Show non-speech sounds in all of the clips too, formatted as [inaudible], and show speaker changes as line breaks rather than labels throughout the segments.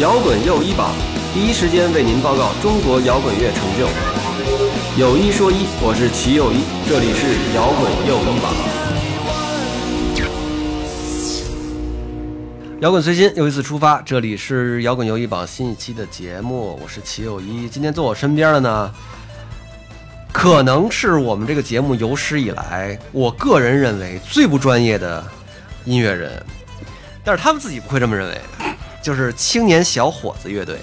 摇滚又一榜，第一时间为您报告中国摇滚乐成就。有一说一，我是齐又一，这里是摇滚又一榜。摇滚随心又一次出发，这里是摇滚又一榜新一期的节目，我是齐又一。今天坐我身边的呢，可能是我们这个节目有史以来，我个人认为最不专业的音乐人，但是他们自己不会这么认为，就是青年小伙子乐队。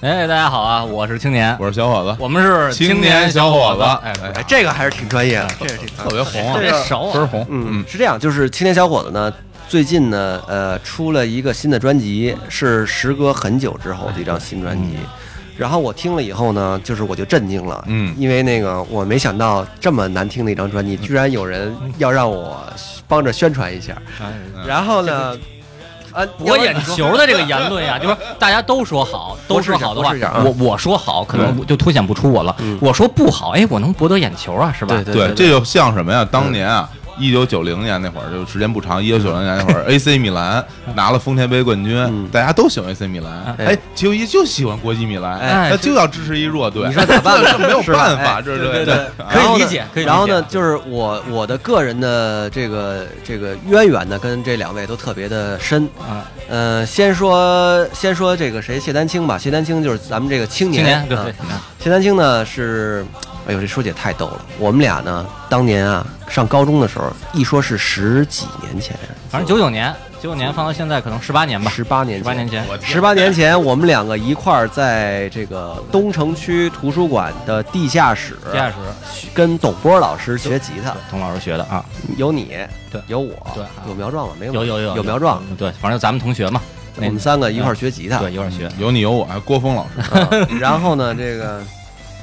哎，大家好啊，我是青年，
我是小伙子，
我们是
青
年
小
伙
子，
哎，
哎，这个还是挺专业的，这是挺
特别红啊
特，别
这个
熟
分
啊，
红，
嗯，是这样，就是青年小伙子呢，最近呢，呃，出了一个新的专辑，是时隔很久之后的一张新专辑。然后我听了以后呢，就是我就震惊了，
嗯
因为那个我没想到这么难听的一张专辑，居然有人要让我帮着宣传一下。
嗯
然后呢，啊，
博眼球的这个言论呀、 [laughs] 就是大家都说好，都说好的话
不是这样，不
我
是
我说好，可能就凸显不出我了。我说不好，哎，我能博得眼球啊，是吧？
对对
对，这就像什么呀？当年啊，一九九零年那会儿，就时间不长，一九九零年那会
[laughs]
儿，AC 米兰拿了丰田杯冠军，大家都喜欢 AC 米兰，
嗯哎
哎，球一就喜欢国际米兰，
哎
他就要支持一弱队，
你说咋办呢？
[laughs] 这没有
是吧
办
哎
法，这
对对
这
[laughs]
这，
可以
然后呢
理解可以理解
然后呢，就是我我的个人的这个这个渊源呢，跟这两位都特别的深。
啊，
呃，先说先说这个谁，谢丹青吧。谢丹青就是咱们这个青
青
年。
年对
啊
对，
谢丹青呢是，哎呦，这说姐太逗了。我们俩呢，当年啊上高中的时候，一说是十几年前，
反正九九年，九九年放到现在可能十八年吧，
十八年
十八年
前。
前，
十八年前，我们两个一块儿在这个东城区图书馆的地下室，啊
地下室，
跟董波老师学吉他，
董老师学的啊，
有你，
对
有我，
对啊
有苗壮吗？没有吧，
有有
有
有嗯
苗壮，，啊
对，反正咱们同学嘛，
我
那嗯
们三个一块儿学吉他。
对一块儿学，
有你有我，还有郭峰老
[laughs]
师，
啊然后呢，这个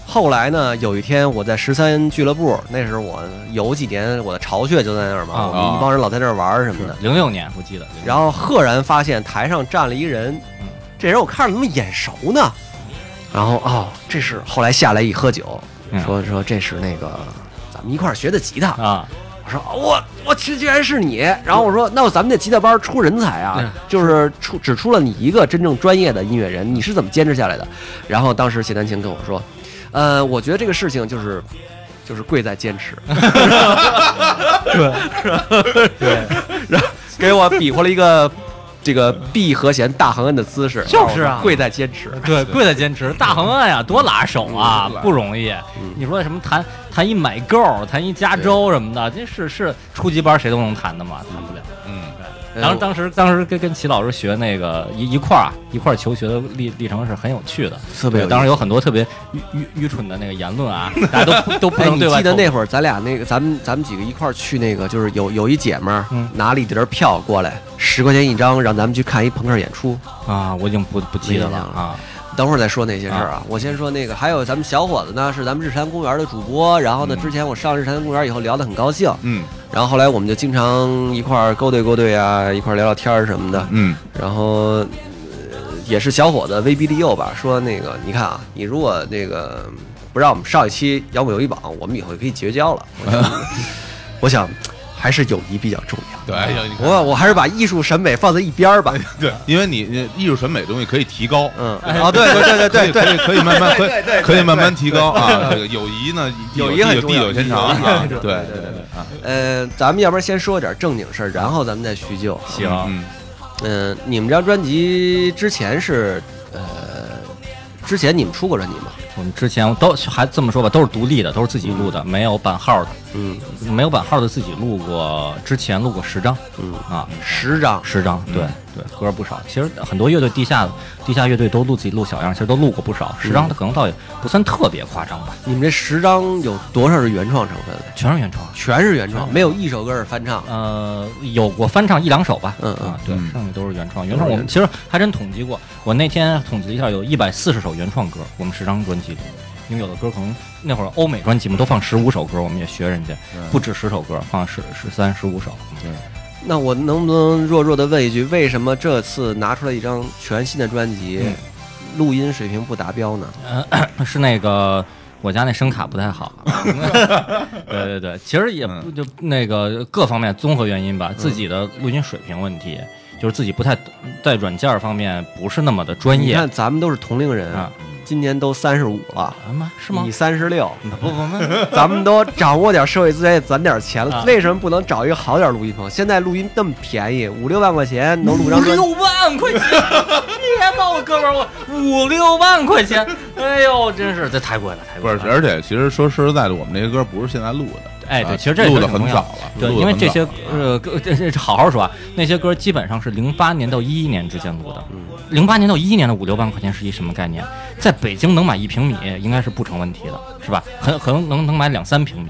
后来呢，有一天我在十三俱乐部，那时候我有几年我的巢穴就在那儿嘛，
啊
我们一帮人老在那儿玩儿什么的。
零六年我记得，
嗯然后赫然发现台上站了一人
嗯，
这人我看着怎么眼熟呢？然后哦，这是后来下来一喝酒，
嗯
说说这是那个咱们一块儿学的吉他。
啊，
我说哦我我去，居然是你！然后我说，那咱们这吉他班出人才啊
嗯，
就是出只出了你一个真正专业的音乐人，你是怎么坚持下来的？然后当时谢丹青跟我说，呃，我觉得这个事情就是就是贵在坚持，
[laughs] 对，
给我比划了一个这个 B 和弦大横摁的姿势，
就是啊
贵在坚持。
对，贵在坚持。大横按呀，多拉手啊
嗯是，吧
不容易。你说什么弹弹一买够，弹一加州什么的，这是是初级班谁都能弹的嘛，弹不了。
嗯，
然后
呃
当时当时跟跟齐老师学那个一一块儿啊一块儿求学的历历程是很有趣的，
特别有意思
对当时有很多特别愚愚愚蠢的那个言论啊， [laughs] 大家都都不
哎，
能
你
对外
记得
透露。
那会儿咱俩那个咱们咱们几个一块儿去那个，就是有有一姐们儿
嗯
拿了一叠票过来，十块钱一张，让咱们去看一朋克演出。
啊，我已经不不记
没
得
印
了
象了
啊。
等会儿再说那些事儿啊，我先说那个，还有咱们小伙子呢，是咱们日坛公园的主播。然后呢，
嗯
之前我上日坛公园以后聊得很高兴，
嗯
然后后来我们就经常一块儿勾兑勾兑啊，一块儿聊聊天儿什么的。
嗯，
然后、呃也是小伙子威逼利诱吧，说那个你看啊，你如果那个不让我们上一期摇滚游戏榜，我们以后就可以绝交 [laughs] 了。我想我想还是友谊比较重要。
对，哎呀你看
[laughs] 我我还是把艺术审美放在一边儿吧。
对，因为你你艺术审美东西可以提高，
[laughs] 嗯，啊，对对
[laughs]
对对对对
可以可以可以慢慢可以可以慢慢提高啊。这个友谊
[laughs]
呢，
友谊
谊
很
有
重
地
要
有天长
友谊很
啊。
重
对
要
对
对对
对啊，
呃，咱们要不然先说点正经事儿，然后咱们再叙旧。
行，
嗯，
嗯、你们这张专辑之前是呃，之前你们出过专辑吗？
我们之前都还这么说吧，都是独立的，都是自己录的，没有版号的，
嗯
没有版号的自己录过，之前录过十张
嗯，
啊，
十张。
十张，
嗯
对、对，歌不少。其实很多乐队地下地下乐队都录自己录小样，其实都录过不少。十
嗯
张的可能倒也不算特别夸张吧，
你们这十张有多少是原创成分的？
全是原创。
全是原啊创，没有一首歌是翻唱。
呃，有过翻唱一两首吧，
嗯嗯
啊，对，
嗯
剩下都是原创。原
都
创
是
我
原
们其实还真统计过，我那天统计了一下，有一百四十首原创歌，我们十张专辑里，因为有的歌可能那会儿欧美专辑嘛，都放十五首歌，我们也学人家，
嗯
不止十首歌，放十十三十五首。
那我能不能弱弱的问一句，为什么这次拿出来一张全新的专辑，
嗯
录音水平不达标呢？
是那个我家那声卡不太好。对对对，其实也不就那个各方面综合原因吧，自己的录音水平问题。就就是自己不太在软件儿方面不是那么的专
你
业
看咱们都是同龄人，
啊。
今年都三十五了，
啊妈，是吗
你？三十六， [laughs]
不不 [laughs] 不，
咱们都掌握点社会资源，攒点钱了，
啊
为什么不能找一个好点录音棚？现在录音那么便宜，五六万块钱能录张专
六
辑，
万块钱，别闹，哥们儿，我五六万块钱，哎呦，真是这太贵了，太
不
贵
是
了。，
而且其实说实在的，我们这些歌不是现在录的，
哎，
啊
对，其实这
录
是
的
很
很
重要
早了，
对，
录得
因为
很
这
早
些
了
呃，歌这这好好说啊，那些歌基本上是零八年到一一年之间录的。
嗯
零八年到一一年的五六万块钱是一什么概念？在北京能买一平米应该是不成问题的，是吧？很很能能买两三平米，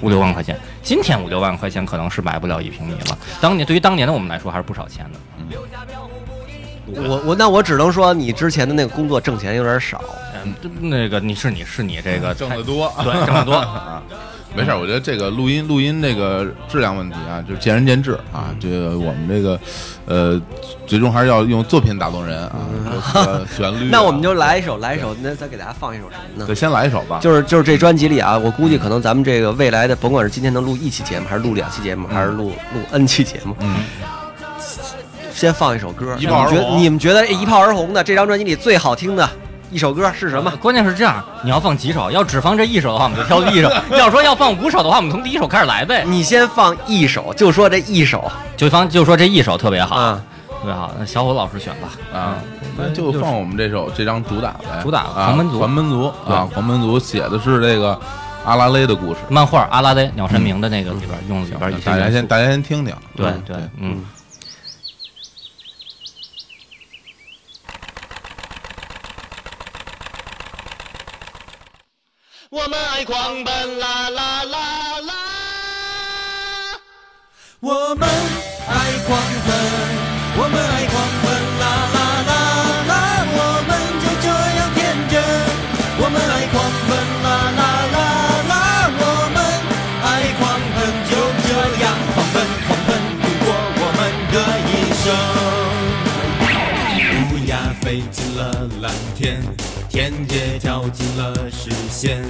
五六万块钱。今天五六万块钱可能是买不了一平米了。当年对于当年的我们来说还是不少钱的。
我我那我只能说你之前的那个工作挣钱有点少，
嗯，这那个你是你是你这个
挣
太
得多，
啊
对挣得
[laughs]
多。
没事儿，我觉得这个录音录音这个质量问题啊，就是见仁见智啊。
嗯
这个我们这个，呃，最终还是要用作品打动人啊， [laughs] 这个旋律啊。
嗯那我们就来一首，来一首，那再给大家放一首什么呢
对，？先来一首吧。
就是就是这专辑里啊，我估计可能咱们这个未来的，甭管是今天能录一期节目，还是录两期节目，还是录录 N 期节目，
嗯，
先放一首歌。
一炮而
你们觉
红
你们觉得一炮而红的这张专辑里最好听的一首歌是什么？
关键是这样，你要放几首？要只放这一首的话，我们就挑第一首； [laughs] 要说要放五首的话，我们从第一首开始来呗。
嗯
你先放一首，就说这一首
就方就说这一首特别
嗯
好，
啊，
特别好，那小虎老师选吧。
啊，那就放我们这首这张主打呗。
主打
啊，
狂奔族
狂奔族啊，狂奔族写的是这个阿拉蕾的故事。啊
漫画《阿拉蕾鸟山明》的那个里边用了里边一些
嗯大家
元
先
素，
大家先听听。
对
嗯
对
对，
嗯。
我们爱狂奔，啦啦啦啦！我们爱狂奔，我们爱狂奔，啦啦啦啦！我们就这样天真，我们爱狂奔，啦啦啦啦！我们爱狂奔，就这样狂奔，狂奔度过我们的一生。乌鸦飞进了蓝天，天也跳进了视线。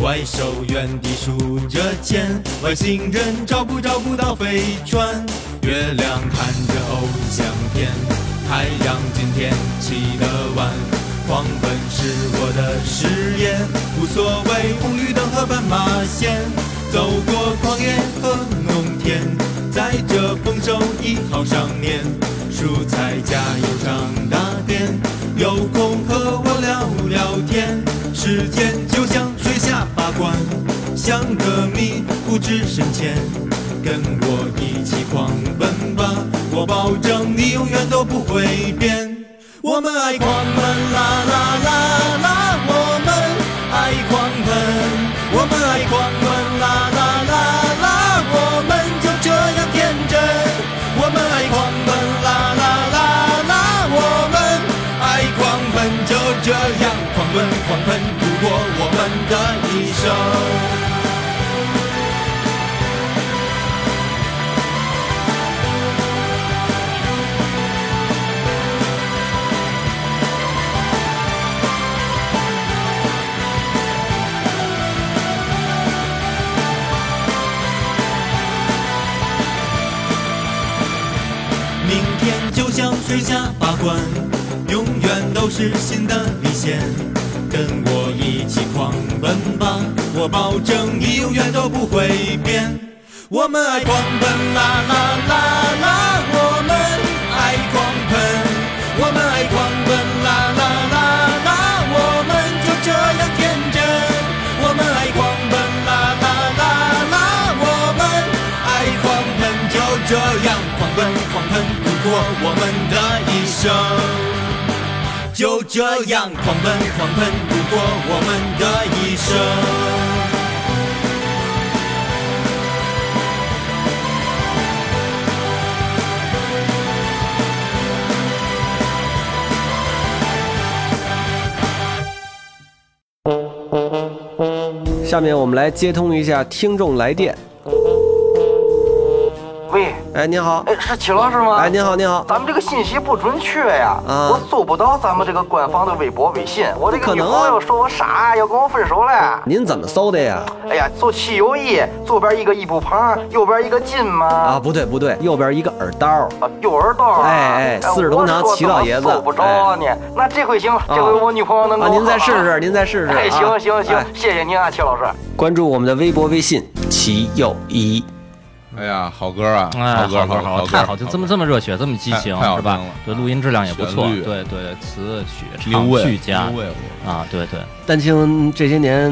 怪兽原地数着钱，外星人找不找不到飞船。月亮看着偶像片，太阳今天起得晚。狂奔是我的誓言，无所谓红绿灯和斑马线。走过旷野和农田，在这丰收一号上面，蔬菜加油上大便，有空和我聊聊天。时间就像水下八关，像个谜，不知深浅。跟我一起狂奔吧，我保证你永远都不会变。我们爱狂奔，啦啦啦啦，我们爱狂奔，我们爱狂奔，啦啦啦啦，我们就这样天真。我们爱狂奔，啦啦啦啦，我们爱狂奔，就这样狂奔狂奔，度过我们的一生。明天就像水下八关，永远都是新的历险。跟我一起狂奔吧，我保证你永远都不会变。我们爱狂奔，啦啦啦啦，我们爱狂奔，我们爱狂奔，啦啦啦啦，我们就这样天真。我们爱狂奔，啦啦啦啦，我们爱狂奔，就这样狂奔，狂奔度过我们的一生。就这样狂奔，狂奔度过我们的一生。
下面我们来接通一下听众来电。
喂，
哎，哎，您好，
哎，是齐老师吗？
哎，您好，您好，
咱们这个信息不准确呀，
啊
我搜不到咱们这个官方的微博、微信。我这
不
个
可
女
能啊
朋友说我傻，要跟我分手了。
您怎么搜的呀？
哎呀，做汽油一，左边一个一步旁，右边一个金嘛。
啊，不对不对，右边一个耳刀，
啊，幼儿道啊！
哎哎四十多堂
我说
齐老爷子哎
怎么搜不着呢。那这回行了，这回我女朋友能给
啊，
我
您再
好
试
了
试，您再试试。
哎，
啊
行行行
哎，
谢谢您啊，齐老师。
关注我们的微博、微信“齐又一
哎呀，好歌啊，
哎，
歌，
好
好
好，
歌，
太好，就这么这
么
么热血，这么激情
太太，好
是吧
听了？
对，录音质量也不错，
旋律
对对对，词曲
牛
唱
味
俱佳
牛味
啊，对对”。
丹青这些年，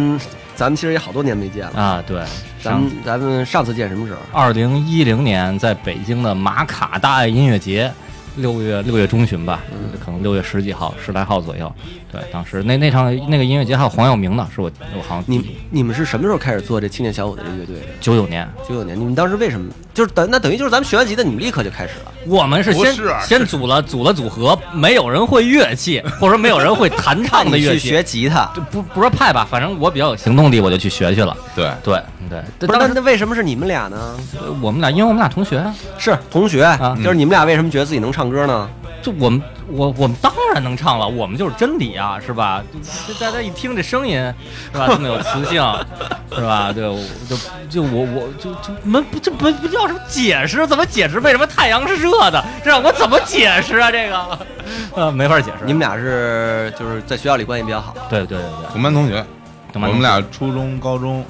咱们其实也好多年没见了。
啊对，
咱
上
们咱们上次见什么时候？
二零一零年在北京的马卡大爱音乐节，六月六月中旬吧，
嗯
可能六月十几号、十来号左右。对，当时那那场那个音乐节还有黄耀明呢，是我我好像
你你们是什么时候开始做这青年小伙子这乐队的？
九九年，
九九年，你们当时为什么？就是等那等于就是咱们学完吉他，你们立刻就开始了。
我们是
不
先
是
先组了组了组合，没有人会
[laughs]
乐器，或者说没有人会弹唱的
你
乐
去
器，
学吉他，
就不不是派吧，反正我比较有行动力，我就去学去了。
对，
对对，
不是那
当时
那为什么是你们俩呢？
我们俩，因为我们俩同学啊，
是同学，
啊
就是你们俩为什么觉得自己能唱歌呢？
就我们我我们当然能唱了，我们就是真理啊，是吧？就就大家一听这声音，是吧？这么有磁
[laughs]
性，是吧？对，我就就我我就就没不这不不要什么解释，怎么解释为什么太阳是热的？这让我怎么解释啊？这个， [laughs] 呃，没法解释。
你们俩是就是在学校里关系比较好，
对对对对，
我们班同学，我
懂吗
们俩初中、高中，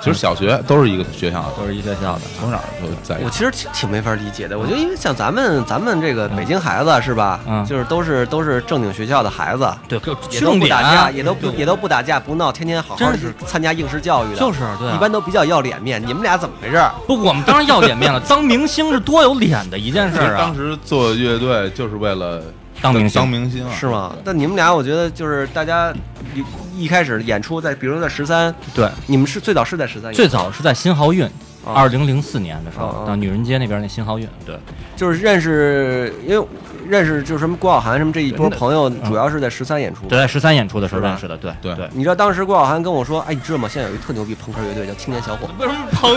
其实小学都是一个学校的，
都是一学校的。
从小就
哎
在一
我
起。
其实挺挺没法理解的。我觉得因为像咱们咱们这个北京孩子是吧，
嗯
就是都是都是正经学校的孩子，
对，
也都
重
不
点
打
啊
架，也都不也都不打架不闹，天天好好
真
地
是
参加应试教育的，
就是对啊
一般都比较要脸面。你们俩怎么回事？
不，我们当然要脸面了， [laughs] 当明星是多有脸的一件事
其实
儿啊
当。时做乐队就是为了
当明星
当明星啊
嗯
是吗？那你们俩，我觉得就是大家一一开始演出在，比如说在十三，
对，
你们是最早是在十三，
最早是在新豪运，
啊
二零零四年的时候
啊，啊
到女人街那边那新豪运，对，
就是认识，因为认识就是什么郭晓涵什么这一波朋友，主要是在十三演出。
对，在十三演出的时候
是吧
认识的，对
对
对。
你知道当时郭晓涵跟我说，哎，你知道吗？现在有一特牛逼朋克乐队叫青年小伙，
为什么朋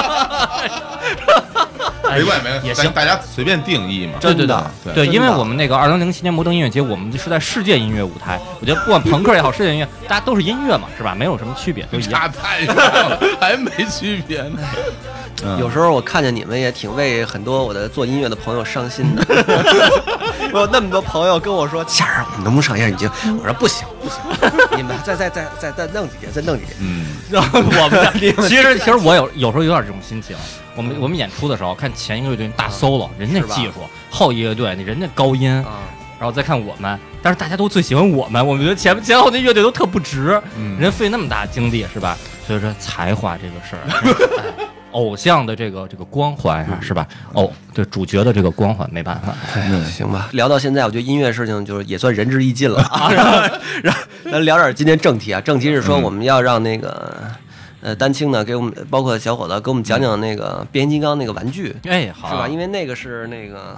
[laughs]
克？
没关系，没关系，
也行。
大家随便定义嘛。
对
哎真
对对
的
对
对，
真
因为
的
我们那个二零零七年摩登音乐节，我们是在世界音乐舞台。我觉得不管朋克也好，世界音乐，大家都是音乐嘛，是吧？没有什么区别，都一样。
差太远了，还没区别呢。嗯
有时候我看见你们也挺为很多我的做音乐的朋友伤心
[laughs]
的。我有那么多朋友跟我说，夏儿，我们能不能上一下你
[laughs]
就？我说不行不行，你们再再再再再弄几天，再弄几天。
嗯，
[laughs]
然后我们 [laughs] 其实其实我有有时候有点这种心情。我们我们演出的时候，看前一个乐队大 solo，人家
嗯是吧
技术；后一个乐队人家高音，
啊，
然后再看我们。但是大家都最喜欢我们，我们觉得前前后那乐队都特不值，
嗯
人家费那么大精力是吧？所以说才华这个事儿。
[laughs]
哎偶像的这个这个光环啊，是吧？哦，对，主角的这个光环没办法。
行吧，聊到现在，我觉得音乐事情就是也算仁至义尽了啊。
[laughs]
然后，然后咱聊点今天正题啊，正题是
嗯
说我们要让那个呃丹青呢给我们，包括小伙子给我们讲讲那个变形金刚那个玩具
哎，好
嗯是吧？因为那个是那个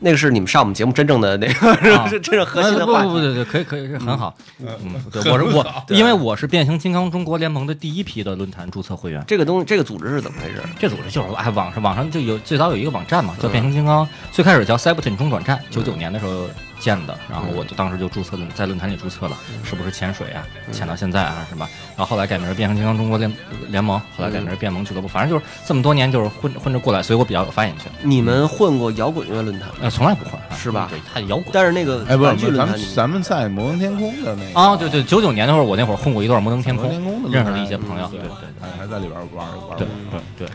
那个是你们上我们节目真正的那个、[laughs]
啊
真正核心的
不
话
不不
题。
对对，可以可以，很好。嗯，
[laughs]
对，我是我，因为我是变形金刚中国联盟的第一批的论坛注册会员。
这个东西，这个组织是怎么回事？
这组织就是哎，网上网上就有最早有一个网站嘛，叫变形金刚，最开始叫 Cyberton 中转站，九九年的时候建的，然后我就当时就注册了，在论坛里注册了，
嗯
是不是潜水啊，潜到现在啊，是吧？然后后来改名儿变形金刚中国联联盟，后来改
嗯
名儿变盟俱乐部，反正就是这么多年就是混混着过来，所以我比较有发言权。
你们混过摇滚乐论坛吗，
呃，从来不混，
是吧
对，太摇滚。
但是那个
哎，不
玩具
是，
论
咱
坛
们
你们
咱们在摩登天空的那个
啊，对，对，九九年那会儿，我那会儿混过一段摩登天
摩登天空
空，
的
认识了一些朋友，
嗯
对对
还还在里边玩玩。
对对对，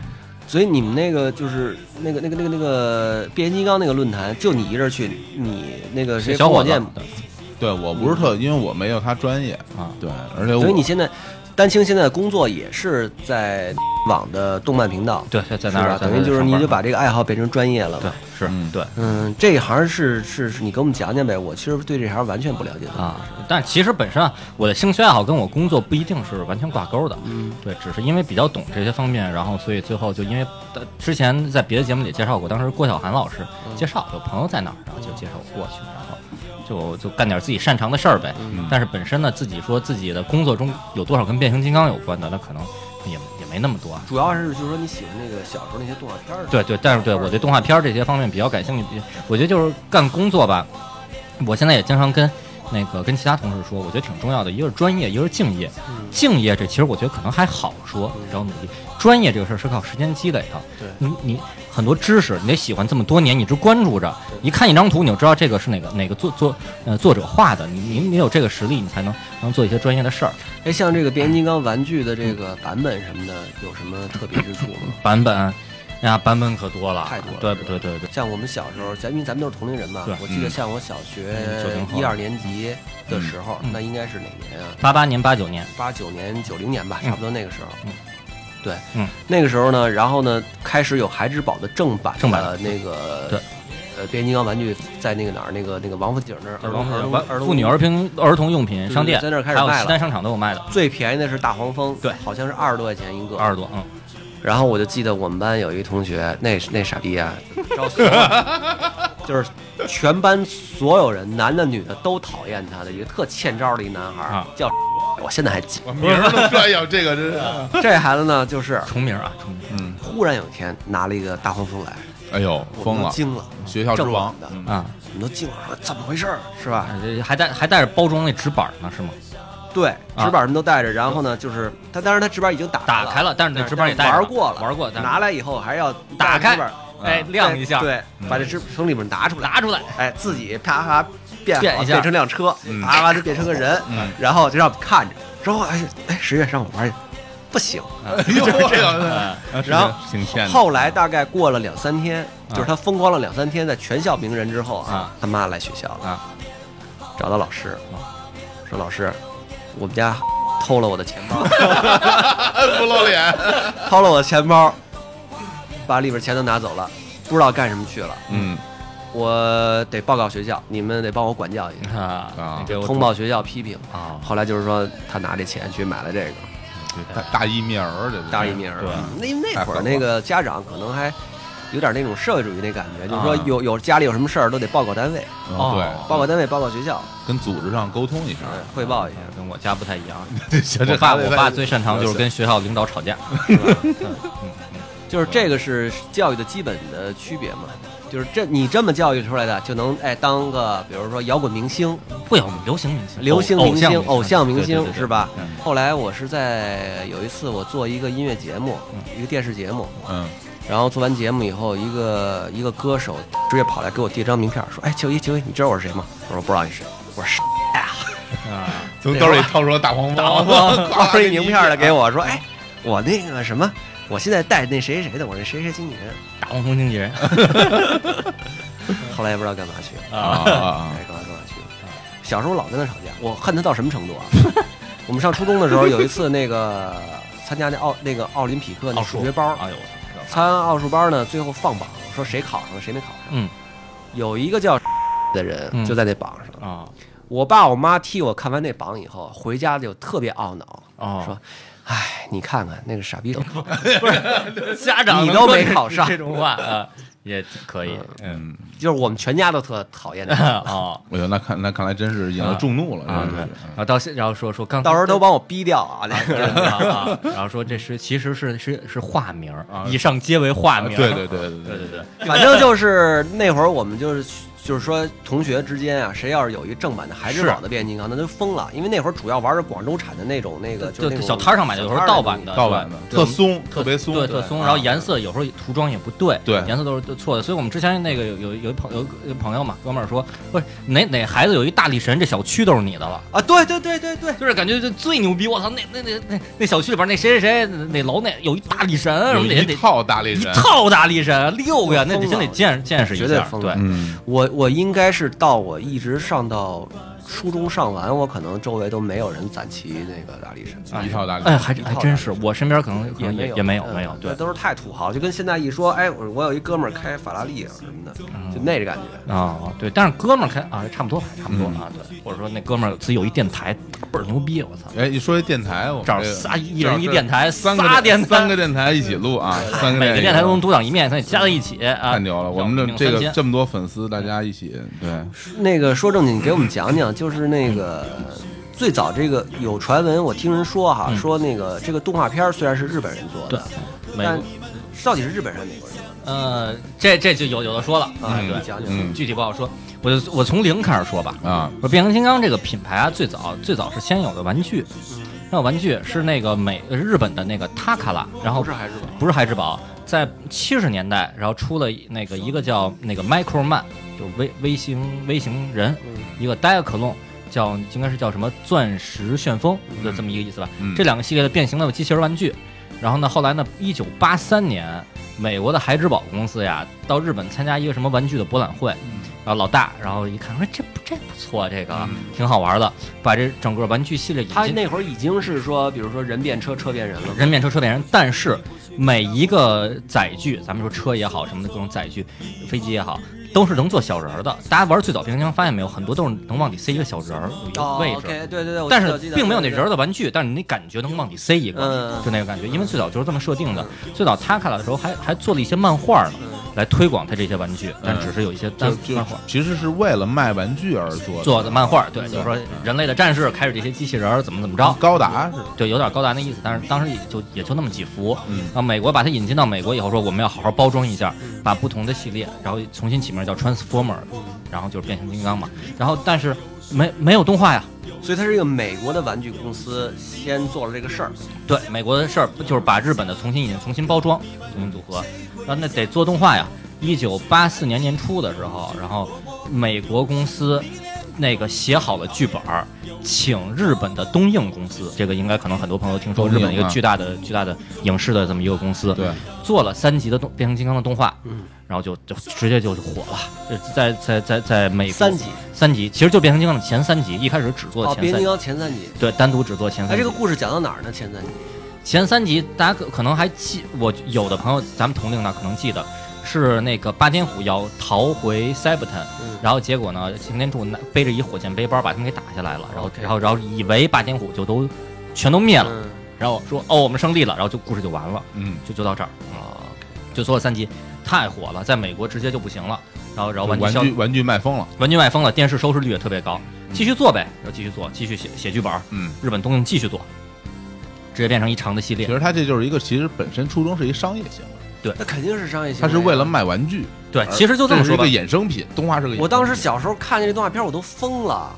所以你们那个就是那个那个那个那个变形金刚那个论坛，就你一人去，你那个谁
小
黄
伙
火
子
箭
对
对我不是特，因为我没有他专业
啊，
对，而且我
所以你现在，丹青现在的工作也是在网的动漫频道，
对，在在
是
那儿
吧？等于就是你就把这个爱好变成专业了
对
嘛。
是
嗯
对。
嗯，这一行是是是，你给我们讲讲呗。我其实对这行完全不了解的。
啊，但其实本身啊，我的兴趣爱好跟我工作不一定是完全挂钩的，嗯，对，只是因为比较懂这些方面，然后所以最后就因为呃之前在别的节目里介绍过，当时郭晓涵老师介绍有朋友在哪儿，然后就介绍我过去，然后就就干点自己擅长的事儿呗。但是本身呢，自己说自己的工作中有多少跟变形金刚有关的，那可能也也没没那么多。啊
主要是就是说你喜欢那个小时候那些动画片儿。
对对，但是对我对动画片儿这些方面比较感兴趣。我觉得就是干工作吧，我现在也经常跟那个跟其他同事说，我觉得挺重要的，一个是专业，一个是敬业。
嗯
敬业这其实我觉得可能还好说，你知道努力。专业这个事儿是靠时间积累的，
对
你你很多知识你得喜欢这么多年，你一直关注着，一看一张图你就知道这个是哪个哪个作作呃作者画的，你你你有这个实力，你才能能做一些专业的事儿。
哎，像这个变形金刚玩具的这个版本什么的，有什么特别之处
[coughs]
吗？
版本，哎呀，版本可多了，
太多了
对
是吧
对对对，
像我们小时候，咱因为咱们都是同龄人嘛
对，
我记得
嗯
像我小学
嗯九零后
一二年级的时候，
嗯嗯
那应该是哪年啊？
八八年八九年，
八九年、九零年吧，
嗯
差不多那个时候。
嗯
对，
嗯，
那个时候呢，然后呢，开始有孩之宝的正版
正版
的那个
对，
呃，变形金刚玩具在那个哪儿，那个那个王府井那儿，儿童儿童儿童
妇女儿童儿童用品商店，
对对在那儿开始
还有
卖了
西单商场都有卖的，
最便宜的是大黄蜂，
对
好像是二十多块钱一个。
二十多，嗯，
然后我就记得我们班有一同学，那那傻逼啊，招所有 [laughs] 就是全班所有人，男的女的都讨厌他的一个特欠招的一男孩儿，
啊
叫我现在还记。
我名儿都说，哎呦，这个真是，
[laughs] 这孩子呢，就是
重名啊，重名，
嗯，
忽然有一天拿了一个大黄蜂来，
哎呦，
我
疯
们都
了，
惊了，
学校之王
正版的
嗯
啊，哎
我们都惊了，说怎么回事儿是吧？
这还带还带着包装那纸板呢，是吗？
对，
啊
纸板什么都带着，然后呢，就是他，当然他纸板已经打
打开了，但是那纸板也带着
玩过了，
玩过，但是
拿来以后还要
打开
纸板
哎亮一下，
对，
嗯
把这纸从里面拿出来，
拿出来，
哎，自己啪啪变好
变一下
变成辆车，
嗯
啪啪就变成个人，
嗯
然后就让我们看着，之后哎哎，十月让我玩去，不行。
哎呦，这个
嗯
然后
挺欠的，
后来大概过了两三天，就是他风光了两三天，在全校名人之后啊
啊，
他妈来学校了，
啊，
找到老师
啊，
说老师，我们家偷了我的钱包， [laughs]
不露脸，
偷了我的钱包，把里边钱都拿走了，不知道干什么去了，
嗯
我得报告学校，你们得帮我管教一下。
啊，你给我
通报学校批评。
啊，
后来就是说，他拿这钱去买了这个
大大义灭儿，这是
大义灭儿
对。
那那
太
会儿
狠了
那个家长可能还有点那种社会主义那感觉，就是说
啊
有有家里有什么事儿都得报告单位，
嗯
哦
报告单位报告学校，
对，跟组织上沟通
嗯
一下。
哎汇报一下。
跟我家不太一
[laughs]
样，
行
我
这
爸
孩子
我
太
爸最擅长就是跟学校领导吵架，嗯
就是这个是教育的基本的区别嘛。就是这你这么教育出来的，就能哎当个比如说摇滚明星、
不有流行明星、
嗯流行明星、偶
偶
像
像
明
对
星
对对
是吧
嗯？
后来我是在有一次我做一个音乐节目，一个电视节目，
嗯
然后做完节目以后，一个一个歌手直接跑来给我递张名片，说：“哎，九一九一，你知道我是谁吗？”我说：“不知道你是谁。”我说：“是。
啊，
从兜里掏出了大黄包，” [laughs]
拿出一名片来给
我，
我说：“哎，我那个什么，我现在带那谁谁谁的，我那谁谁经纪人。
大黄蜂经纪人”
[laughs] 后来也不知道干嘛去了，
啊啊啊
哎，干嘛干嘛去了。小时候老跟他吵架，我恨他到什么程度啊？我们上初中的时候有一次那个参加那奥那个奥林匹克那数学班儿，
哎呦，
参加奥数班呢，最后放榜说谁考上了谁没考上，
嗯
有一个叫的人
嗯
就在那榜上。
啊
我爸我妈替我看完那榜以后，回家就特别懊恼，
哦
说，：“哎，你看看那个傻逼
[laughs]
都考上了，
家长
你
能
都
说
没
这
考上
这种话啊，也可以，嗯
嗯，
就是我们全家都特讨厌
[laughs]
他，
哦。
哎呦，那看那看来真是引了众怒了，
啊，
真
对，
是嗯
然后到现，然后说说
嗯
刚，
到时候都把我逼掉啊！”那
对
个人
[laughs] 啊，啊然后说这是其实是是是化名儿
啊，
以上皆为化名儿。
啊
啊
对对对对
对
对
对对，
反正就是那会儿我们就是就是说同学之间啊，谁要是有一正版的孩之宝的变形金刚，那就疯了，因为那会儿主要玩的广州产的那种那个
就
那
就
种
小摊儿上买的，有时候盗版的，
盗版的
对嗯
特松，特别松，
对，特松，然后颜色有时候涂装也不对，
对
颜色都是都错的。所以我们之前那个有有有一朋有有朋友嘛，哥们儿说，不是哪哪孩子有一大力神，这小区都是你的了。
啊，对对对对对，
就是感觉就最牛逼，我操！那那那那那小区里边那谁谁谁哪楼那有一大力神，什
有
么得得
一套大力
一
神，
套大力神六个呀，那
疯
得
了
先得见见识一
绝对
下。
疯
对
了，
嗯，
我我应该是到我一直上到初中上完，我可能周围都没有人攒齐那个大力神。
一套大力
哎，
神，
还
一套
还真是，我身边可能可
也
能也
有
也没有
嗯
没有，对
那都是太土豪，就跟现在一说，哎，我我有一哥们儿开法拉利啊什么的，就
嗯
那个感觉。
啊，对，但是哥们儿开啊，差不多吧，差不多
嗯
啊，对，或者说那哥们儿自己有一电台，倍儿牛逼，我操！
哎，一说这电台，我们
找
这个
仨一
这
人一
是
电台
三个
仨电台
三个电台一起录啊，三个
每个电台都能
录
独挡一面，咱得加在一起啊，
嗯太牛了，我们
要
这
命
这
三
个
千
这么多粉丝，大家一起对，
那个说正经，你给我们讲讲，就是那个最早这个有传闻，我听人说哈，
嗯
说那个这个动画片儿虽然是日本人做的，
美
但
国
到底是日本人还是美国人
呃，这这就有有的说了
啊？
嗯
你
对，
讲讲，
嗯
具体不好说，我就我从零开始说吧。
啊，
我变形金刚这个品牌啊，最早最早是先有的玩具，那玩具是那个美呃日本的那个 Takara，然后
不是孩之宝，
不是孩之宝，在七十年代，然后出了那个一个叫那个 Micro Man，就是微微型微型人，
嗯
一个 d i a c l o n 叫应该是叫什么钻石旋风，就这么一个意思吧。
嗯
这两个系列的变形的机器人玩具，然后呢，后来呢，一九八三年，美国的孩之宝公司呀，到日本参加一个什么玩具的博览会，
嗯
然后老大，然后一看说这不这不错，这个、挺好玩的，把这整个玩具系列引
他
进
那会儿已经是说，比如说人变车，车变人了。
人变车，车变人，但是每一个载具，咱们说车也好，什么的各种载具，飞机也好，都是能做小人儿的。大家玩最早变形金刚发现没有，很多都是能往里塞一个小人儿，有一个
哦
位置。
，OK，对对对，我
但
记
是
得记得
并没有那
对对
人儿的玩具，但是你感觉能往里塞一个，
嗯
就那个感觉，因为最早就是这么设定的。最早他看了的时候还还做了一些漫画呢，
嗯
来推广他这些玩具，但只是有一些单
就就
漫画。
其实是为了卖玩具而做
做的漫画，对，就是说人类的战士开着这些机器人儿怎么怎么着，
高达是
就有点高达那意思，但是当时也就也就那么几幅。
嗯
然后美国把它引进到美国以后，说我们要好好包装一下，把不同的系列，然后重新起名叫 Transformer，然后就是变形金刚嘛。然后但是没没有动画呀，
所以它是一个美国的玩具公司先做了这个事儿，
对，美国的事儿就是把日本的重新引进、重新包装、重新组合，然后那得做动画呀。一九八四年年初的时候，然后美国公司那个写好了剧本儿，请日本的东映公司，这个应该可能很多朋友听说，
东映
日
啊
本一个巨大的、巨大的影视的这么一个公司，
对，
做了三集的动变形金刚的动画，
嗯，
然后就就直接就火了，就在在在在美国
三集
三集，其实就变形金刚的前三集，一开始只做
哦，
前
变
三
形金
集，
刚前三集。
对，单独只做前
哎，
三集
这个。故事讲到哪儿呢？前三集
前三集大家可可能还记，我有的朋友咱们同龄的可能记得是那个霸天虎要逃回 Cyberton，、
嗯
然后结果呢，擎天柱拿背着一火箭背包把他们给打下来了，然后
OK
然后然后以为霸天虎就都全都灭了，
嗯，
然后说哦我们胜利了，然后就故事就完了，
嗯，
就就到这儿，啊
哦
就做了三集，太火了，在美国直接就不行了，然后然后玩具
玩
销
具玩具卖疯了，
玩具卖疯了，电视收视率也特别高，继续做呗，然后继续做，继续写写剧本儿，
嗯。
日本东映继续做，直接变成一长的系列
其。实它这就是一个，其实本身初衷是一商业行为，
那肯定是商业行
它
为。啊
是为了。卖玩具，
对，其实就
这
么
是
说
一
吧
个。衍生品，动画是个衍生品。
我当时小时候看见这动画片，我都疯了。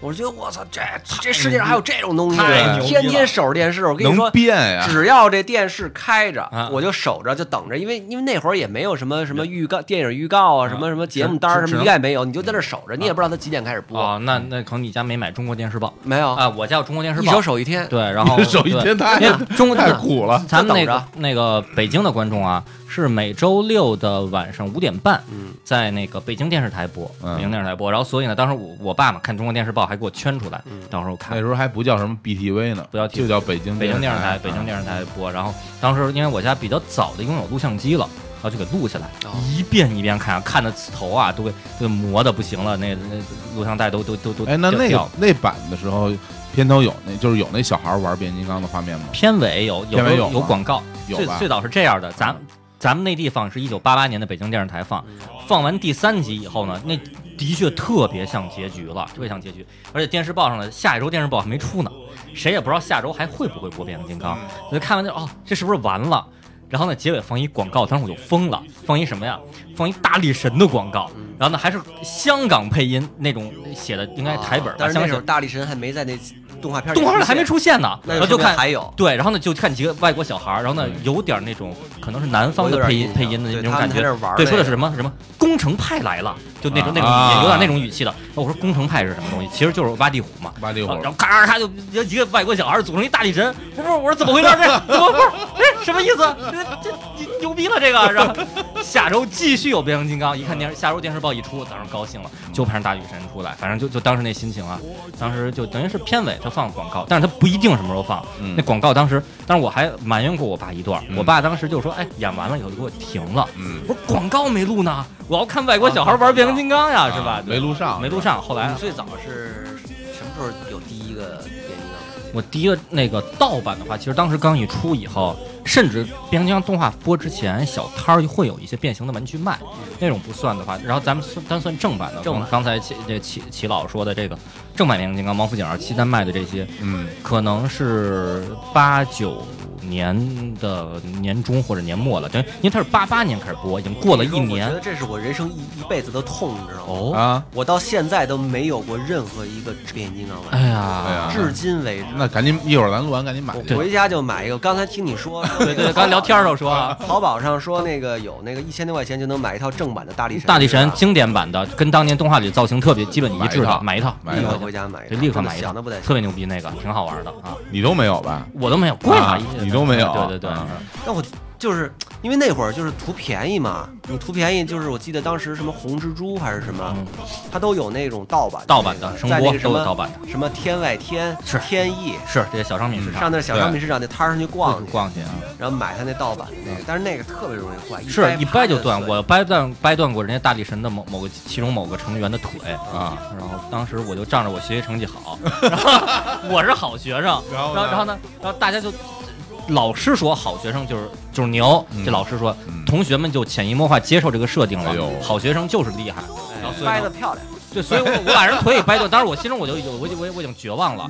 我觉得我操，这这世界上还有这种东西，
太牛逼了
天天守着电视。我跟你
能
说，
变呀，
只要这电视开着
啊，
我就守着，就等着，因为因为那会儿也没有什么什么预告、电影预告啊，什么什么节目单儿什么
只只能
预告也没有，你就在那守着，你也不知道它几点开始播，
哦，那
嗯
那可能你家没买中国电视报
没有，
啊，我家有中国电视
一
报，
手守一天。
[laughs]
对，然后
手一
对
天太
因为中国
太苦了。
咱们那
就等
个那个北京的观众啊，是每周六的晚上五点半，
嗯，
在那个北京电视台播，
嗯
北京电视台播。然后所以呢，当时我我爸嘛看中国电视报还给我圈出来，到时候
那
看
时候还不叫嗯什么嗯 BTV 呢，
不叫 TV
就叫北京
北京电视台，
台，
北京电视台播。然后当时因为我家比较早的拥有录像机了，然后就给录下来，
哦
一遍一遍看，看的头啊都给都给磨的不行了，那那录像带都都都都
哎，那那
掉
个那版的时候，片头有那就是有那小孩玩变形金刚的画面吗？
片尾有有
片尾有吗
有广告，
有
最
吧
最早是这样的，咱咱们那地方是一九八八年的北京电视台放，
嗯
放完第三集以后呢，那的确特别像结局了，特别像结局，而且电视报上的下一周电视报还没出呢，谁也不知道下周还会不会播变形金刚，
嗯
我就看完就哦，这是不是完了？然后呢，结尾放一广告，当时我就疯了，放一什么呀？放一大力神的广告，
嗯
然后呢还是香港配音那种写的，应该是台
哦
本吧，
哦但是那
香港
时
写
候大力神还没在那动画片里
动画里还没
出
出现呢，
那
然
就
后就
说明
看
还有
对，然后呢就看几个外国小孩儿，然后呢有点那种可能是南方的配音
我有
配
点
音的
印象
那种感觉
对他们在那玩儿，
对，
那个
说的是什么什么工程派来了，就那种那种
啊
也有点那种语气的。我说工程派是什么东西？其实就是挖地虎嘛。
哎
挖地虎
然后咔咔咔就有几个外国小孩儿组成一大力神，我说我说怎么回事儿？这怎么不是这什么意思？这这这牛逼了这个！然后下周继续有变形金刚，一看电视下周电视报一出，早上高兴了，就盼着大力神出来。反正就就当时那心情啊，当时就等于是片尾他放广告，但是他不一定什么时候放。
嗯
那广告当时，当时我还埋怨过我爸一段儿，
嗯
我爸当时就说：“哎，演完了以后就给我停了。”
嗯，
我说广告没录呢，我要看外国小孩玩变形金刚呀，是吧
啊？没录嗯上，
没录上。后来
你嗯最早是什么时候有第一个变形金刚？
我第一个那个盗版的话，其实当时刚一出以后，甚至变形金刚动画播之前，小摊儿会有一些变形的玩具卖，那种不算的话，然后咱们算单算正版的，正刚才齐这齐齐老说的这个正版变形金刚，王府井二期单卖的这些，
嗯，
可能是八九年的年中或者年末了，等于因为它是八八年开始播，已经过了一
我
年
觉得，这是我人生一一辈子的痛，你知道吗？
哦
啊，
我到现在都没有过任何一个变形金刚玩
哎
具，
呀，嗯
哎呀
至今为止。
那赶紧一会儿咱录完赶紧买去。
我回家就买一个。刚才听你说，
[laughs] 对对，刚才聊天儿的时候说啊。
淘宝上说那个有那个一千多块钱就能买一套正版的大力神，
大力神经典版的，跟当年动画里造型特别基本一致的，
买
买
一
立
一套，
套买一
刻
套
回家买一
这
套，
立刻买
真的
一套
想都不带，
特别牛逼那个，挺好玩的啊！
你都没有吧？
我都没有，贵
啊
吗？一
你都没有
对对对，
啊
但我就是因为那会儿就是图便宜嘛，你图便宜就是我记得当时什么红蜘蛛还是什么
嗯，
它都有那种盗版
盗版的
那个
声
在那
波
个什
都有
么
盗版的
什么天外天
是
天意，
是这些小商品市
上
场
那小商品市场那摊儿上去逛去，
逛去啊，
然后买它那盗版的那个，但是那个特别容易坏，
是一掰
掰
就
啪
断，
碎
我掰断掰断过人家大力神的某某个其中某个成员的腿啊，然后当时我就仗着我学习成绩好， [laughs] 然后我是好学生，然
然后呢
后然后呢，然后大家就。老师说好学生就是就是牛，
嗯
这老师说
嗯，
同学们就潜移默化接受这个设定
哎
了
呦，
好学生就是厉害，然后所以
哎掰
呢
的漂亮。
对，所以我我把人腿给掰断，当时我心中我就有我就我我已经绝望了。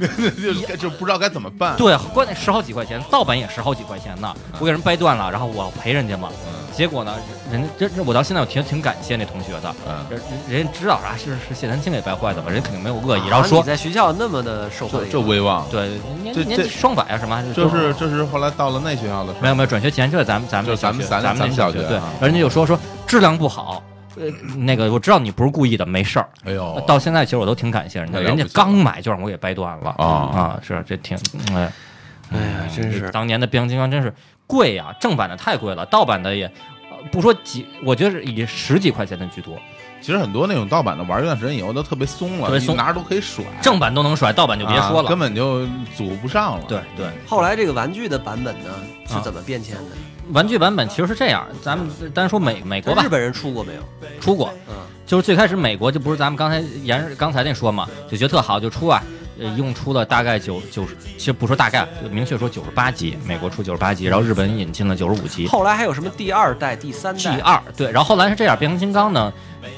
就就不知道该怎么
[laughs]
办。
对，关键十好几块钱，盗版也十好几块钱呢，
嗯
我给人掰断了，然后我赔人家嘛。结果呢，人家这这我到现在我挺挺感谢那同学的，
嗯，
人人家知道啊是是谢丹青给掰坏的嘛，人家肯定没有恶意，然后说
啊你在学校那么的受欢
这
迎，
这威望，
对年
这
年
这
级双百啊什么，
这
说
是这是后来到了那学校的时候，
没有没有转学前就在咱们咱们
就是咱们
小学
咱
咱
咱们
那
小学
对
啊，
人家就说说质量不好，呃那个我知道你不是故意的，没事儿。
哎呦，
呃到现在其实我都挺感谢人家，
那了不
人
起
家刚买就让我给掰断了
啊
啊！是这挺哎，
哎呀，真是
当年的变形金刚真是贵呀、正版的太贵了，盗版的也呃不说几，我觉得是以十几块钱的居多，
其实很多那种盗版的玩一段时间以后都特别松了，
特别
你
松
拿着都可以甩，
正版都能甩，盗版就别说
啊
了。
根本就组不上了。
对对，
后来这个玩具的版本呢是
啊
怎么变迁的？
玩具版本其实是这样，咱们单说美美国吧
日，本人出过没有？
出过，
嗯，
就是最开始美国就不是咱们刚才沿着刚才那说嘛，就觉得特好就出啊，呃，一共出了大概九九十，其实不说大概，就明确说九十八集，美国出九十八集，然后日本引进了九十五集。
后来还有什么第二代、第三
G
代？
二对，然后后来是这样，变形金刚呢，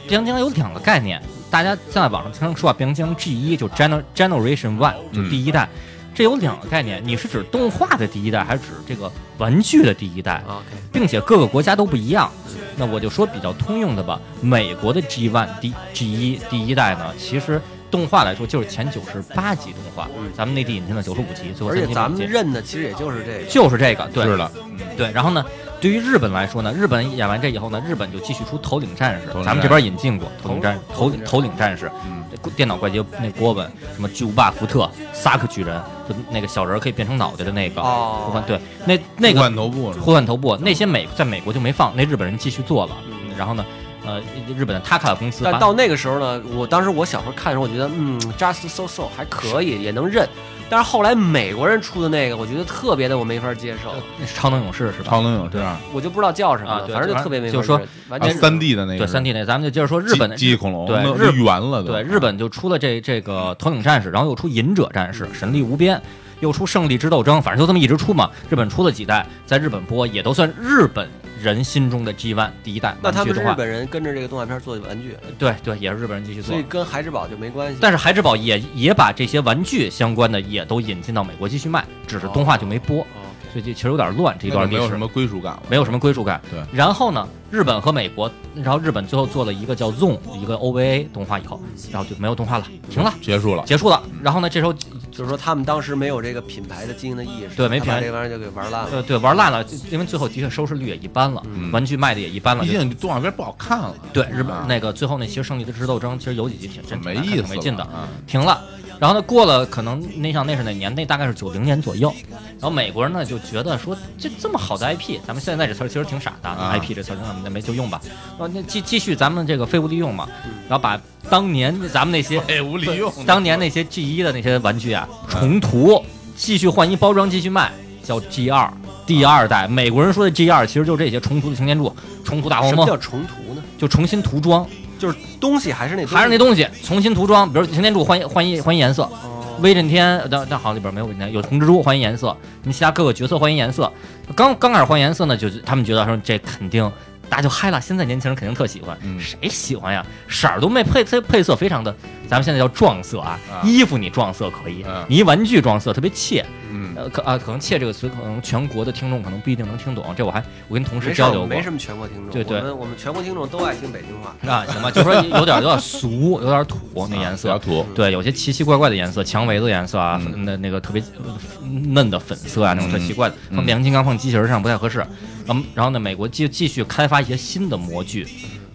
变形金刚有两个概念，大家在网上经常说啊，变形金刚 G 一就 gener generation one 就第一代，这有两个概念，你是指动画的第一代，还是指这个玩具的第一代？
啊 OK，
并且各个国家都不一样。那我就说比较通用的吧，美国的 G One 第 G 一第一代呢，其实动画来说就是前九十八集动画，咱们内地引进了九十五集，最后
而
三
且
集
咱们
没进
认的其实也就是这个。
就是这个，对，嗯
是的，
对，然后呢，对于日本来说呢，日本演完这以后呢，日本就继续出《头领战士
头领战》，士
咱们这边引进过《头领战
头
头
头领
头领战士》
嗯
这电脑怪杰那郭文，什么巨无霸福特、萨克巨人，就那个小人儿可以变成脑袋的那个，
哦
呼唤对，那那
换
个
头部是吧
呼唤头部那些美在美国就没放，那日本人继续做了，然后呢，呃，日本的塔卡公司把
但到那个时候呢，我当时我小时候看的时候，我觉得嗯，Just So So 还可以，也能认。但是后来美国人出的那个，我觉得特别的我没法接受，
那是超能勇士是吧？
超能勇士
对
啊，
我就不知道叫什么
呃啊
了，
对
反正就特别没法
就说
接受完全
三 D 的那个
对，
是
三 D 那，咱们就接着说日
机
本的
机器恐龙，
对
那
日
那圆了都
对，日本就出了这这个头领战士，然后又出隐者战士、神力无边，又出胜利之斗争，反正就这么一直出嘛。日本出了几代，在日本播也都算日本人心中的 G One 第一代
那
玩
他
具
们
动
日
画。
本人跟着这个动画片做的玩具，
对对，也是日本人继续做
所以。跟孩之宝就没关系。
但是孩之宝也也把这些玩具相关的也都引进到美国继续卖，只是动画就没播，
哦
所以就其实有点乱这一
那
段
就
历
没有
史
什。么归属感了。
没有什么归属感。
对
然后呢，日本和美国，然后日本最后做了一个叫 Zone 一个 OVA 动画以后，然后就没有动画了，停了，
结束了，
结束了。然后呢，这时候
就是说他们当时没有这个品牌的经营的意识，
对没
他
品
把
牌
这玩意儿就给玩烂了。
呃，对，玩烂了，就因为最后的确收视率也一般了，玩具卖的也一般了
嗯毕。竟动画片不好看了，
对，日本那个最后那其实胜利的之斗争，其实有几集挺真挺
没
难看
意
挺
思
没劲的
了啊，
停了。然后呢，过了可能那像那是哪年？那大概是九零年左右。然后美国人呢就觉得说，这这么好的 IP，咱们现在这词儿其实挺傻的、
啊
i p 这词儿咱们没就用吧。啊，那继继续咱们这个废物利用嘛，然后把当年咱们那些
哎，无利用。
当年那些 G 一的那些玩具啊，重涂，继续换一包装继续卖，叫 G 二，第二代。美国人说的 G 二其实就是这些重涂的擎天柱、重涂大黄
什么
蜂
叫，重涂呢？
就重新涂装，
就是东西还是那
还是那东西，重新涂装。比如擎天柱换一换一换一颜色，
哦
威震天，呃但但好像里边没有威震天，有红蜘蛛还原颜色，你其他各个角色还原颜色。刚刚开始还原颜色呢，就他们觉得说这肯定大家就嗨了，现在年轻人肯定特喜欢，
嗯
谁喜欢呀？色儿都没配配配色非常的，咱们现在叫撞色啊，
啊
衣服你撞色可以，
嗯
你一玩具撞色特别怯，
嗯，
呃可啊可能怯这个词可能全国的听众可能不一定能听懂，这我还我跟同事
没事儿
交
我
流
们
过
没。什么全国听众，
对对
我们我们全国听众都爱听北京话。
啊，行吧，就说有点有点俗，有点土
啊
那颜色
小，土，
对，有些奇奇怪怪的颜色，蔷薇的颜色啊，
嗯
那那个特别呃嫩的粉色啊，那种特
嗯
奇怪的，
嗯
放变形金刚放机器人上不太合适。嗯，然后呢，美国继继续开发一些新的模具，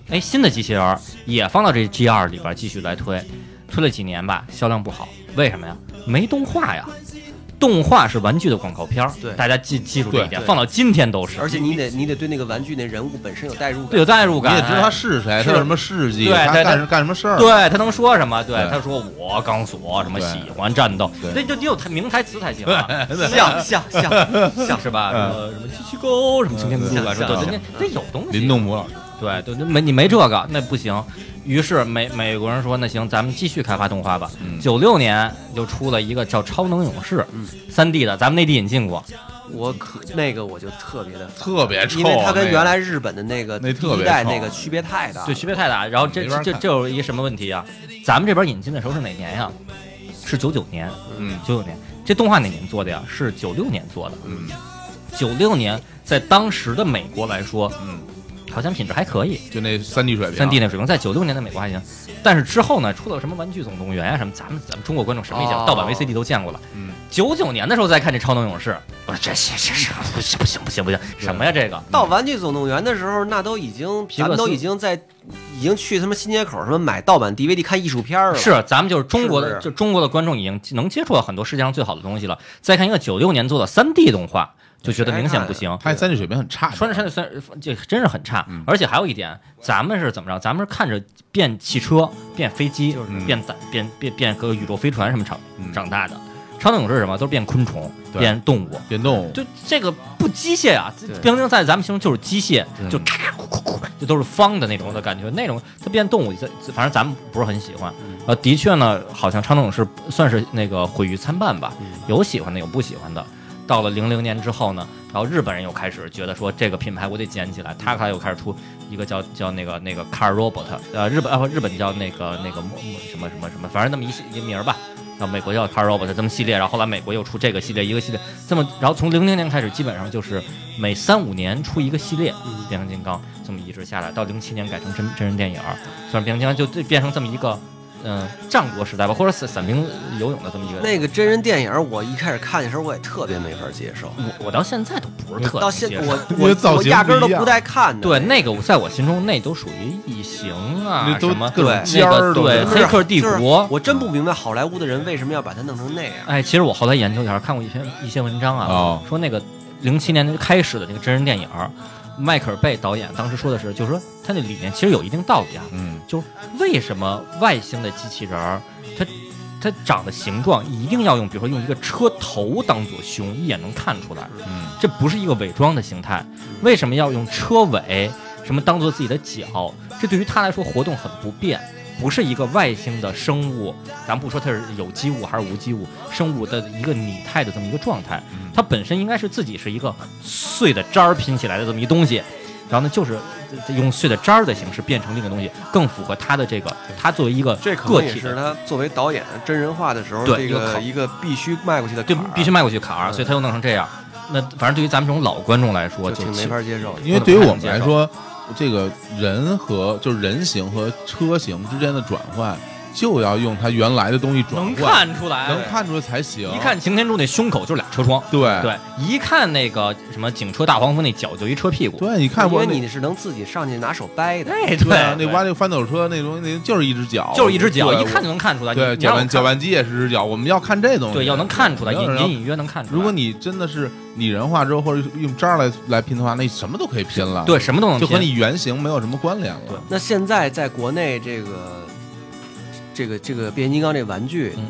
哎，新的机器人儿也放到这 G 二里边儿继续来推，推了几年吧，销量不好，为什么呀？没动画呀。动画是玩具的广告片儿
对，
大家记记住这一
对
点，
对
放到今天都是，
而且你得你得对那个玩具那人物本身有代入感，
有代入
你
感，
也知道他是谁，
是
他有什么事迹，
对
他
对
干
他
干什么事儿，
对他能说什么？对
对
他说我钢索什么
对
喜欢战斗，
对
那就你有台名台词才行
[laughs]
啊，
像像像像
是吧？什
嗯
么什么机器狗，什么擎天柱啊，
嗯
这都
嗯
这这有东西。
林动武老师，
对对，对没你没这个那不行。于是美美国人说那行，咱们继续开发动画吧。
嗯
九六年就出了一个叫《超能勇士
嗯》，
三 D 的，咱们内地引进过。
我可那个我就特别的烦，
特别臭，啊
因为它
那
跟
个
原来日本的那个第
那特别
一代
臭
那个区别太大了
对，。区别太大。然后这
啊没法
这
看
这这有一个什么问题啊？咱们这边引进的时候是哪年呀？是九九年，
嗯
九九年。这动画哪年做的呀？是九六年做的。
嗯
九六年在当时的美国来说，
嗯，
好像品质还可以。
就那三 D 水平，
三 D 那水平在九六年的美国还行，但是之后呢，出了什么《玩具总动员》啊什么，咱们咱们中国观众什么意见？
哦
盗版 VCD 都见过了。
嗯，
九九年的时候再看这《超能勇士》，我说这这这这不行不行不行不行，什么呀这个？
到《玩具总动员》的时候，那都已经
皮
咱
克
们
斯
都已经在已经去他妈新街口什么买盗版 DVD 看艺术片儿了。
是，咱们就是中国
是
的，
不是
就中国的观众已经能接触到很多世界上最好的东西了。再看一个九六年做的三 D 动画，就觉得明显不行。
他三 D 水平很差，
穿着穿着三这真是很差
嗯，
而且还有一点，咱们是怎么着？咱们是看着变汽车、变飞机、
嗯
变载、变变变个宇宙飞船什么长
嗯
长大的。超能勇士是什么？都是变昆虫、
对
变动物，
电动，
就这个不机械啊！这
对
变形金刚在咱们心中就是机械，
嗯
就咔库库库，就都是方的那种的感觉。那种它变动物，咱反正咱们不是很喜欢。呃，的确呢，好像超能勇士算是那个毁誉参半吧，有喜欢的，有不喜欢的。到了零零年之后呢，然后日本人又开始觉得说这个品牌我得捡起来，他开又开始出一个叫叫那个那个 Car Robot，呃，日本啊不日本叫那个那个什么什么什么，反正那么一系一名儿吧。然后美国叫 Car Robot 这么系列，然后后来美国又出这个系列一个系列，这么然后从零零年开始，基本上就是每三五年出一个系列
嗯
变形金刚，这么一直下来，到零七年改成真真人电影儿，虽然变形金刚就就变成这么一个。嗯，战国时代吧，或者伞伞兵游泳的这么一个，
那个真人电影，我一开始看的时候我也特别没法接受，
我我到现在都不是特
到
能
现
接受
我
因为
我
造型
我压根儿都
不一样
不带看的。
对，那个我在我心中那都属于异形啊
那，都
什么
各种
对
尖儿
那个
都
对
是
就是
黑客帝国
就是我真不明白好莱坞的人为什么要把它弄成那样。
哎，其实我后来研究一下，看过一篇一些文章啊，
哦
说那个零七年开始的那个真人电影儿，迈克尔贝导演当时说的是，就是说他那里面其实有一定道理啊，
嗯
就是为什么外星的机器人儿，它它长的形状一定要用，比如说用一个车头当做胸，一眼能看出来，
嗯
这不是一个伪装的形态，为什么要用车尾什么当做自己的脚？这对于他来说活动很不便，不是一个外星的生物，咱不说它是有机物还是无机物，生物的一个拟态的这么一个状态，
嗯
它本身应该是自己是一个碎的渣儿拼起来的这么一东西，然后呢就是呃用碎的渣儿的形式变成另一个东西，更符合他的这个他作为一个
这可
个
能也
体
是
的。
他作为导演真人化的时候，
对
这
一个
个
坎
一个必须迈过去的
对
坎儿，，
必须迈过去坎儿，啊
嗯
所以他又弄成这样。那反正对于咱们这种老观众来说，
就
就
挺
其
没法接受的。
因为对于我们来说，这个人和就是人形和车形之间的转换，就要用它原来的东西转
能
换，
看出来，
能看出来才行。
哦
一看擎天柱那胸口就是俩车窗，
哎
对
对，一看那个什么警车大黄蜂那脚就一车屁股，
对，你看
因
我
为
那
你是能自己上去拿手掰的，
哎
对啊那
对
挖那个翻斗车那东西，那就是一只脚，
[laughs] 就是一只脚，
对
一看就能看出来。
我对
你你让
搅
我
拌
看
搅拌机也是只脚。我们要看这东西，
对，要能看出来，
要
隐
是
隐隐约能看出来。
如果你真的是拟人化之后，或者用渣儿来来拼的话，那什么都可以拼了，
对，什么都能
就和
拼
你原型没有什么关联了。
那现在在国内这个这个这个变形金刚这玩具
嗯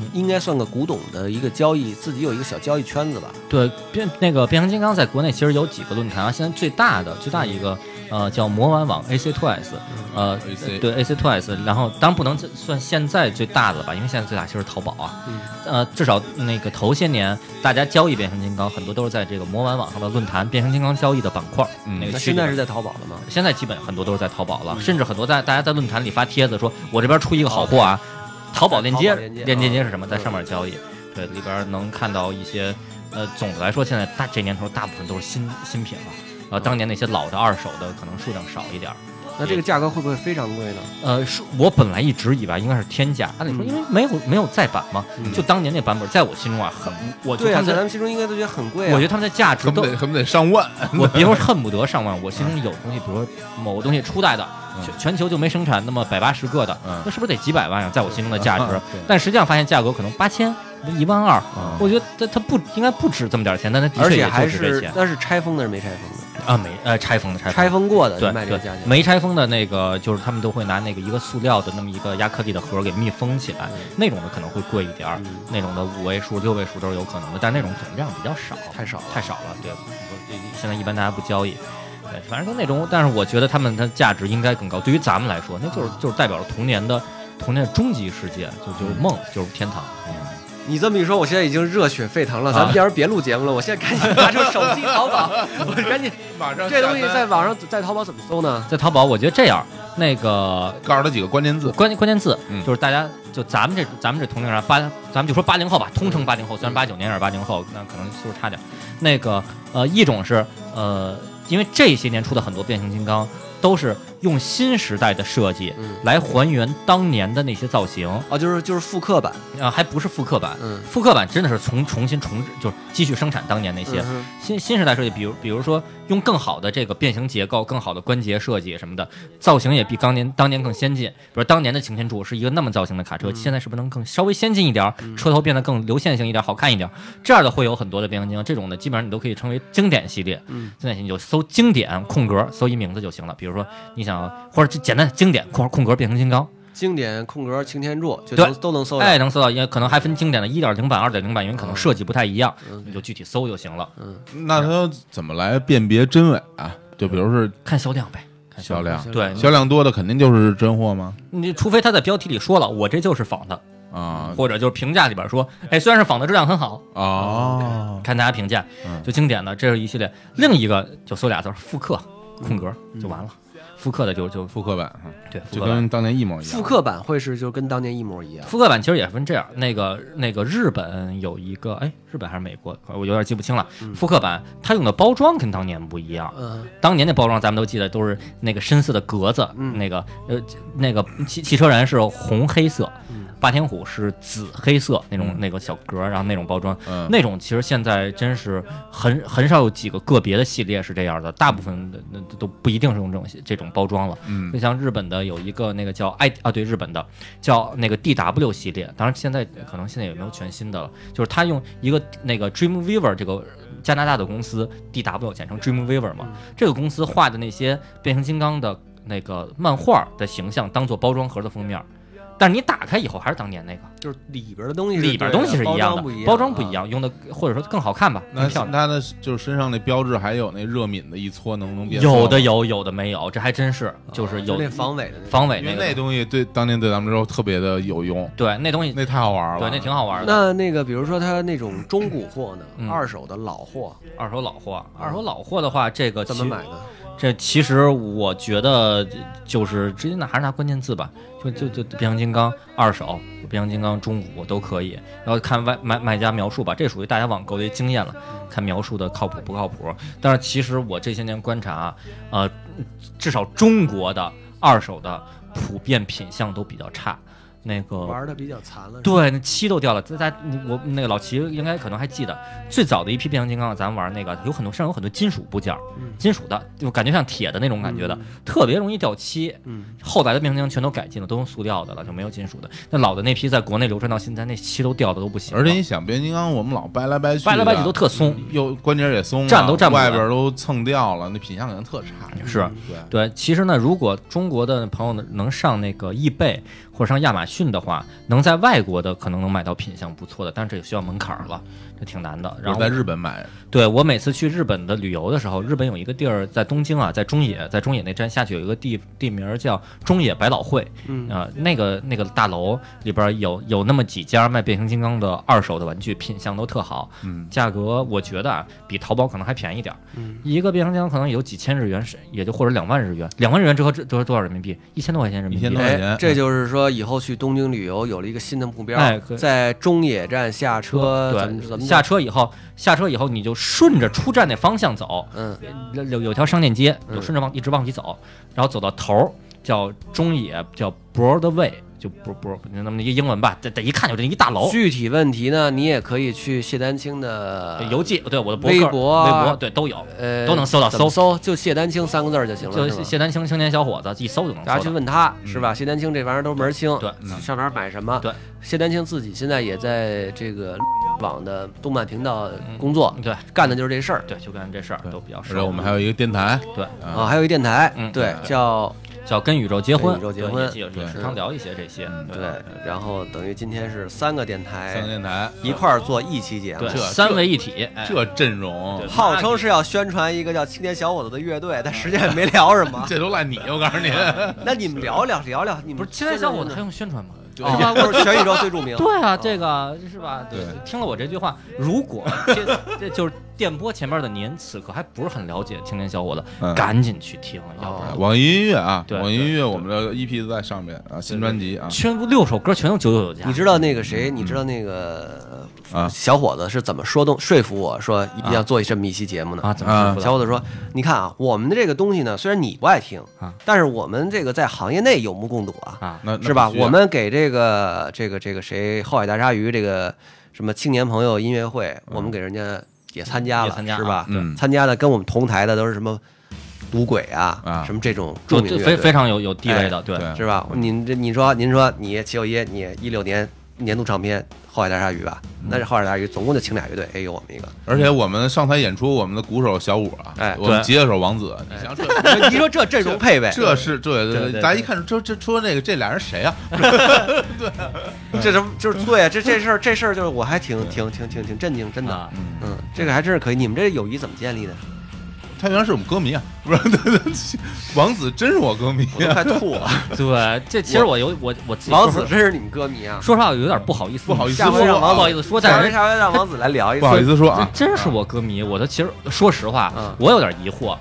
嗯，
应该算个古董的一个交易，自己有一个小交易圈子吧。
对变那个变形金刚在国内其实有几个论坛啊，现在最大的最大一个呃，叫魔玩网 AC Twice，呃
AC
对 AC Twice，然后当然不能算现在最大的吧，因为现在最大其实是淘宝啊，
嗯
呃，至少那个头些年大家交易变形金刚，很多都是在这个魔玩网上的论坛变形金刚交易的板块，
嗯
那
那
个
现
区别
在是在淘宝了吗？
现在基本很多都是在淘宝
嗯
了，甚至很多在大家在论坛里发帖子说，我这边出一个好货啊，淘宝链接
嗯淘宝链接
链接
啊
是什么，在上面交易，对，里边能看到一些，呃，总的来说现在大这年头大部分都是新新品了，呃，当年那些老的二手的可能数量少一点儿，
那这个价格会不会非常贵呢？
呃，是我本来一直以为应该是天价，按理说
嗯
因为没有没有再版嘛，
嗯
就当年那版本，在我心中啊很，我觉
对
得
啊，
他们
在咱
的
们心中应该都觉得很贵啊。
我觉得他们的价值
恨不
都
得恨不得上万，
我别说恨不得上万，我心中有东西，比如说某个东西初代的，
嗯
全全球就没生产那么百八十个的
嗯，
那是不是得几百万啊呀？在我心中的 [laughs] 价值
[laughs] 嗯对，
[laughs] 但实际上发现价格可能八千、一万二
嗯，
我觉得它它不应该不值这么点钱，但它的
而且
确也
还
就值这
是
钱
那是拆封的，是没拆封的，
啊，没呃拆封的拆封的。
拆封过的，
对
你卖这
对
个价，钱。
没拆封的那个，就是他们都会拿那个一个塑料的那么一个亚克力的盒给密封起来，那种的可能会贵一点儿，
嗯
那种的五位数、六位数都是有可能的，但那种总量比较少，
太少了
太少了。对，我这现在一般大家不交易。对，反正都那种，但是我觉得他们的价值应该更高。对于咱们来说，那
嗯
就是就是代表了童年的童年的终极世界，就就是
嗯
梦，就是天堂。
你这么一说，我现在已经热血沸腾了。咱们要是别录节目了，我现在赶紧拿出手机淘宝， [laughs] 我赶紧
马上
这东西
下单
在网上在淘宝怎么搜呢？
在淘宝，我觉得这样，那个
告诉他几个关键字，
关键关键字，
嗯
就是大家就咱们这咱们这同龄人，八咱们就说八零后吧，通称八零后，虽
嗯
然八九年也是八零后，那可能岁数差点儿。那个呃，一种是呃，因为这些年出的很多变形金刚都是用新时代的设计
嗯
来还原当年的那些造型，
啊，就是就是复刻版，
啊，还不是复刻版。
嗯，
复刻版真的是重重新重制，就是继续生产当年那些、
嗯
新新时代设计，比如比如说用更好的这个变形结构、更好的关节设计什么的，造型也比当年当年更先进。比如当年的擎天柱是一个那么造型的卡
嗯
车，现在是不是能更稍微先进一点儿，车头变得更流线型一点儿、好看一点儿？这样的会有很多的变形金刚，这种的基本上你都可以称为经典系列。
嗯，
经典系列你就搜经典空格搜一名字就行了。比如说你想或者就简单经典空空格变形金刚，
经典空格擎天柱就
对
能都能搜到。
哎，能搜到，也可能还分经典的一点零版、二点零版，因为可能设计不太一样，
嗯
你就具体搜就行了，
那他怎么来辨别真伪啊？就比如是
看销量呗。看
销量，
对，
销量多的肯定就是真货吗？
你除非他在标题里说了我这就是仿的，
啊
或者就是评价里边说，哎，虽然是仿的，质量很好，
哦，
看大家评价，
嗯
就经典的，这是一系列。另一个就搜俩字儿复刻，
嗯
空格就完了，复刻的就就
复刻版，嗯
对复
就
刻版。
跟当年一模一样。
复刻版会是就跟当年一模一样。
复刻版其实也分这样，那个那个日本有一个，哎，日本还是美国，我有点记不清了。
嗯
复刻版它用的包装跟当年不一样，
嗯，
当年那包装咱们都记得都是那个深色的格子，
嗯
那个呃那个汽汽车人是红黑色，
嗯
霸天虎是紫黑色那种、那个小格，然后那种包装，
嗯
那种其实现在真是很很少有几个个别的系列是这样的，大部分的那都不一定是用这种这种包装了。
嗯
就像日本的有一个那个叫 i 啊，对，日本的叫那个 DW 系列，当然现在可能现在也没有全新的了，就是他用一个那个 Dreamweaver 这个加拿大的公司 DW 简称 Dreamweaver
嗯
嘛，这个公司画的那些变形金刚的那个漫画的形象当做包装盒的封面。但是你打开以后还是当年那个，
就是里边的东西是
里边东西是
对
一样的，
包
包
装
装
不
不
一
一
样啊。
样，用的或者说更好看吧，更
那
漂亮。
他的就是身上那标志，还有那热敏的一搓，能不能变色吗？
有的有，有的没有，这还真
哦
是，就是有
啊那防伪的那个
防伪
因为
个
那东西对当年对咱们说特别的有用，
对那东西，
那太啊好玩了。
对那挺好玩的。
那那个，比如说它那种中古货呢，
嗯
二手的老货
二手老货，二手老货的话，这个
怎么
其
买？呢？
这其实我觉得就是直接拿还是拿关键字吧，就就就变形金刚二手、变形金刚中古都可以，然后看外卖卖家描述吧，这属于大家网购的经验了，看描述的靠谱不靠谱。但是其实我这些年观察，呃，至少中国的二手的普遍品相都比较差，那个
玩的比较残了。，
对，那漆都掉了。在在我那个老齐应该可能还记得，最早的一批变形金刚，咱们玩那个有很多身上有很多金属部件儿，
嗯
金属的，就感觉像铁的那种感觉的，特别容易掉漆。
嗯，
后来的变形金刚全都改进了，都用塑料的了，就没有金属的。那老的那批在国内流传到现在，那漆都掉的都不行了，
而且你嗯想，变形金刚我们老掰来掰去的，
掰来掰去都特松。
又关节也松了，
站都站不稳
外边都蹭掉了，那品相可能特差。
是
对，
对，其实呢，如果中国的朋友呢能上那个易贝或者上亚马逊的话，能在外国的可能能买到品相不错的，但是这也需要门槛儿了，这挺难的。然
我
后
在日本买，
对我每次去日本的旅游的时候，日本有一个地儿在东京啊，在中野，在中野那站下去有一个地地名儿叫中野百老汇，
嗯
啊、那个那个大楼里边儿有有那么几家卖变形金刚的二手的玩具，品相都特好，
嗯，
价格我觉得啊比淘宝可能还便宜点儿，
嗯
一个变形金刚可能有几千日元，是也就或者两万日元，两万日元折合折合多少人民币？一千多块钱人民币，嗯
1000多块
哎
钱，
这就是说以后去东京旅游有了一个新的目标，
哎可以
在中野站下车，怎么怎
对，
么
下，车以后，下车以后你就顺着出站那方向走，
嗯，
有有有条商店街，
嗯
就顺着往一直往里走，然后走到头儿叫中野，叫 Broadway，就不不那么一英文吧，得得一看就这一大楼。
具体问题呢，你也可以去谢丹青的
邮寄对我的博
微
客、
博啊
微博对都有，
呃
哎都能搜到
怎么
搜
搜就谢丹青三个字儿就行了，
就是
吧
谢丹青青年小伙子一搜就能
大家
搜
去
到。
问他是吧？谢丹青这玩意儿都门儿清，
对嗯
上哪儿买什么？
对，嗯
谢丹青自己现在也在这个网的动漫频道工作，
对
干的就是这事儿
对，就干这事儿都比较
而且
熟。
我们还有一个电台，
对
啊。还有一电台，
嗯
对，
对
叫
叫跟宇宙结
跟
婚，
宇宙结
对
婚
也也也时常聊一些这些。
嗯
对，然后等于今天是三个电
哎
三
台
个电台，
一块儿做一期节目
对，
这，
三位一体，哎
这阵容
对，
号称是要宣传一个叫青年小伙子的乐队，但实际上也没聊什
[laughs]
么。
这都赖你，我告诉你，
那你们聊聊聊聊，你们
不是青年小伙子还用宣传吗？
对
啊，我是全宇宙最著名。
[laughs] 对啊，这个是吧？对
对，
听了我这句话，如 [laughs] 果这这就是电波前面的您，此刻还不是很了解青年小伙子，
嗯
赶紧去听，要不
哦
然
网易音乐啊，
对
网易音
对
乐我们的 EP 都在上面啊，新专辑啊，
全六首歌全都九九九加。
你知道那个谁？你知道那个
嗯
啊
小伙子是怎么说动说服我说一定要做这么一期节目呢？
啊？怎么说
小
的？
伙子说：“你看啊，我们的这个东西呢，虽然你不爱听
啊，
但是我们这个在行业内有目共睹啊，
啊，
那那
是吧？
必须啊
我们给这个这个这个谁后海大鲨鱼这个什么青年朋友音乐会，我们给人家也参加
也
了，
参加
是吧？
嗯
参加的跟我们同台的都是什么赌鬼啊，
啊
什么这种著
就
名乐
非
队，
非常有有地位的，对
对
是吧？您这您说您说你齐友一，你一六年年度唱片后海大鲨鱼吧？
嗯
那是后海大鲨鱼总共就请俩乐队，哎，有我们一
[laughs]
个。”
而且我们上台演出，我们的鼓手小五啊，
哎
我们
对哎
吉他手王子，你想这
你说这阵容配备，
[laughs] 这是这
对对对
大家一看这这说那个这俩人谁啊？
这什么就是对啊这这事儿这事儿就是我还挺挺挺挺挺震惊，真的
啊，，
嗯，这个还真是可以。你们这友谊怎么建立的？
他原来是我们歌迷啊， [laughs] 不是？对对对王子真是我歌迷啊
我都
[laughs]
快吐了。
对，这其实我有我我自己
王
说
子真是你们歌迷啊！
说实话有点不好意思，
不好意思
下
说
回让王
啊
不好意思说，
下
但
回
是
下回让王子来聊一次。
不好意思说啊，
真是我歌迷，我的其实说实话
嗯，
我有点疑惑，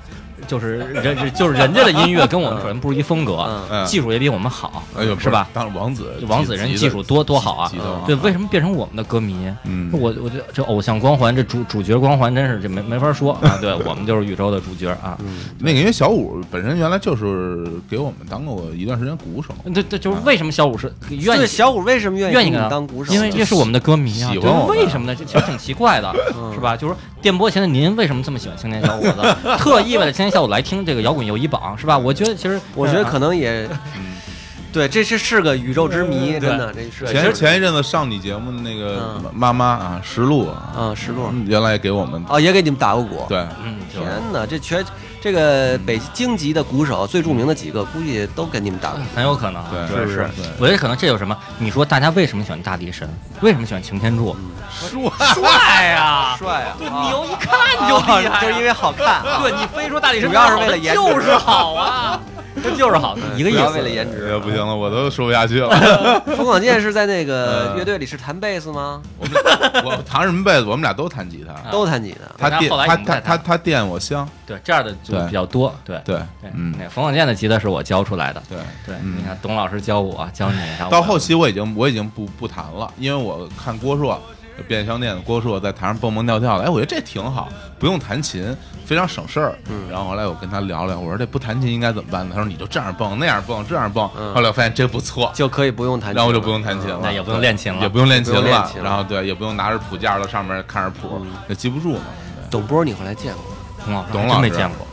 就是人就是人家的音乐跟我们首先不是一风格，
嗯，
嗯，
技术也比我们好
哎呦，不
是吧？
当然王子
就王子人技术多多好啊
急急得！
对，
啊
为什么变成我们的歌迷？
嗯
我我觉得这偶像光环，这主主角光环，真是这没没法说
[laughs]
啊！对我们就是宇宙的主角啊！
那个因为小五本身原来就是给我们当过一段时间鼓手，
这这就是为什么小五是
嗯
愿
所
意
以小五为什么嗯愿意
愿
给
意给
你
他
当鼓手？
因为这是我们的歌迷啊，
喜欢
对
我们嗯
为什么呢？这其实挺奇怪
[laughs]
的，是吧？就是电波前的您为什么这么喜欢青年小伙
[laughs]
子？特意为了青年小伙子来听这个摇滚友谊榜，是吧？我觉得其实
我觉得可能也， [laughs] 对，这是是个宇宙之谜，真的，这是
前前一阵子上你节目的那个
嗯
妈妈啊，石璐啊，
啊，石路
嗯原来也给我们
啊
哦，也给你们打过鼓。
对
嗯，就
天哪，这全这个北京籍的鼓手最著名的几个，估计都给你们打过。
很有可能啊。
对
是是
对
我觉得可能这有什么？你说大家为什么喜欢大力神？为什么喜欢擎天柱？
说
[laughs] 帅呀！
帅啊！
对，
啊 [laughs]
牛一看就厉害啊，
就是因为好看啊。
对你非说 [laughs] 大力神
主要是为了颜值嗯
就是好
[laughs]
啊，这就是好，一个意
不要
思。
为了颜值
啊
哎呀，不行了，我都说不下去
[laughs]
了。
冯广建是在那个
呃
乐队里是弹贝斯吗？
我们我弹什么被子？我们俩都弹吉他。
都弹吉他。
他电
啊后来
他
你们再
他他他电我香，
[laughs] 对这样的组比较多，对
对，
对，
嗯，
那个冯小健的吉他是我教出来的，
对。
对，
嗯
你看董老师教我，
[laughs]
教你，然后
到
我
后期我已经我已经不不弹了，因为我看郭硕变相店的郭硕在台上蹦蹦跳跳的，哎，我觉得这挺好，不用弹琴，非常省事儿。
嗯
然后后来我跟他聊聊，我说这不弹琴应该怎么办呢？他说你就这样蹦，那样蹦，这样蹦。
嗯
后来我发现这不错，
就可以不用弹琴嗯了，
然后我就不用弹琴了，
那也不用练琴了
也不用练琴
也不用练琴了
然后对，也不用拿着谱架到上面看着谱，也记不住嘛。
嗯。董波，你后来见过？
董老师
董
还
老
真
师
没见过，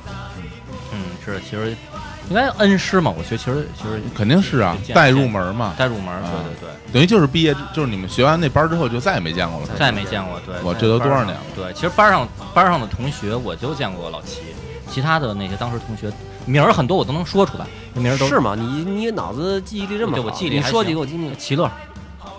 嗯，是其实应该恩师嘛，我觉得其实其实
肯定是啊
嗯
就，见
带入门嘛，
带入门，对
啊
对对，
等于就是毕业之，就是你们学完那班之后就再也没见过了。
再也没见过，对，
我
在
这都多少
班上
年了
对，其实班上班上的同学我就见过老齐，其他的那些当时同学名儿很多我都能说出来，这名儿都
是吗？你你脑子记忆力这么好，
对我记忆力
你
还
说
行
几个我听听，
齐乐，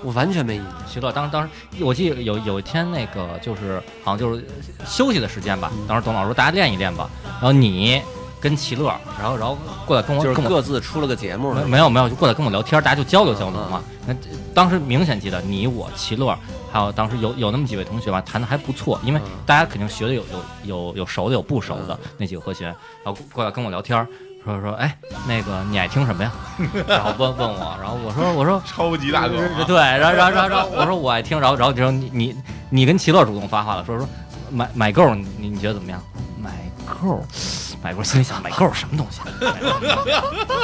我完全没印象。
齐乐当当时我记得有有一天那个就是好像就是休息的时间吧，当时董老师说大家练一练吧，然后你跟齐乐，然后然后过来跟我
就是
跟我
各自出了个节目，
没没有没有，就过来跟我聊天，大家就交流交流
嗯
嘛。那这当时明显记得你我齐乐，还有当时有有那么几位同学吧，弹的还不错，因为
嗯
大家肯定学的有有有有熟的有不熟的那几个和弦，然后过来跟我聊天，说说哎那个你爱听什么呀？ [laughs] 然后问问我，然后我说我说
超级大哥、啊，
对，然后然后然后然后我说我爱听，然后然后就说你你你跟齐乐主动发话了，说说买买够，你你你觉得怎么样？买够，买够，心里想买够什么东西？买够 [laughs]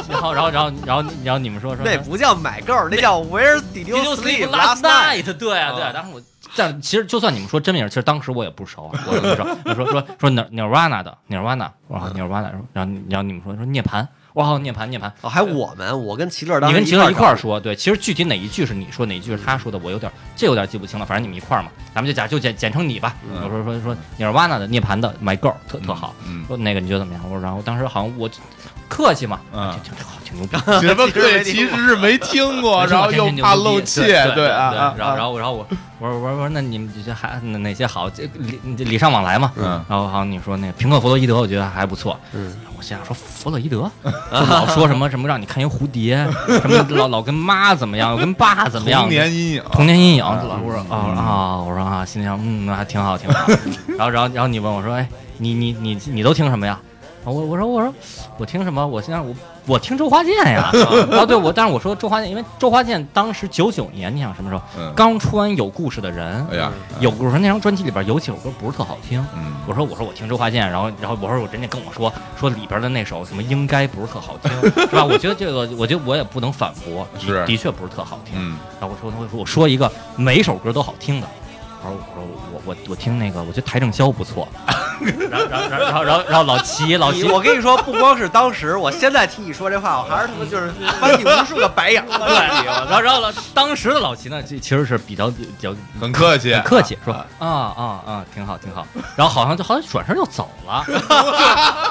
然后然后然后然后然后你们说说
那不叫买够，那叫 Where did you
Did you
sleep
sleep
last
last
night？
night？对啊，
嗯
对啊，当时我，但其实就算你们说真名，其实当时我也不熟啊，我也不熟。我说说说 Nir- Nirvana 的 Nirvana，我说 Nirvana，然后你然后你们说说涅槃，哇，涅槃涅槃。
哦，还我们，我跟齐乐当
你
时
跟齐乐一块
儿
儿说，对，其实具体哪一句是你说，哪一句是他说的，我有点这有点记不清了。反正你们一块儿嘛，咱们就假就简简称你吧。
嗯
我说说说你是瓦纳的涅槃的 My Girl，特特好。
嗯，
说那个你觉得怎么样？我说然后当时好像我客气嘛，啊
嗯
挺挺好，挺牛逼。 [laughs]
什么对，其实是没听过，
没错
然后
天
又
天就
怕
牛逼
露
对
怯，
对
啊
对
啊，
然后然后然后我我说我说我说那你们这些还哪哪些好？这礼这礼尚往来嘛。
嗯
然后好像你说那个平克·弗洛伊德，我觉得还不错。
嗯，
我心想说弗洛伊德，就老说什么什么让你看一蝴蝶，什么老老跟妈怎么样，跟爸怎么样，
童年阴影，
童年阴影。
啊
老师说啊啊，我说啊，心里想嗯，那还挺好，挺
[laughs]
好。然后然后然后你问我说，哎，你你你你都听什么呀？啊我我说我说我听什么？我现在我我听周华健呀。
[laughs]
啊，对，我但是我说周华健，因为周华健当时九九年，你想什么时候
嗯
刚出完《有故事的人
哎》，呀，
有故事那张专辑里边有几首歌不是特好听。
嗯，
我说我说我听周华健，然后然后我说我人家跟我说说里边的那首什么应该不是特好听，是吧？我觉得这个，我觉得我也不能反驳，
是
的的确不是特好听。
嗯
然后我说我说我说一个每首歌都好听的，我说我说我我我听那个，我觉得邰正宵不错。然后然后然后然后然后老 [laughs] 齐老
你
齐，
我跟你说，不光是当时，我现在听你说这话，我还是他妈就是翻你无数个白眼儿。
对，然后然后老当时的老齐呢， [laughs] 其其实是比较比较
很客气，
很客气，说
啊
啊啊啊，挺好挺好。然后好像就好像转身就走 [laughs] 了，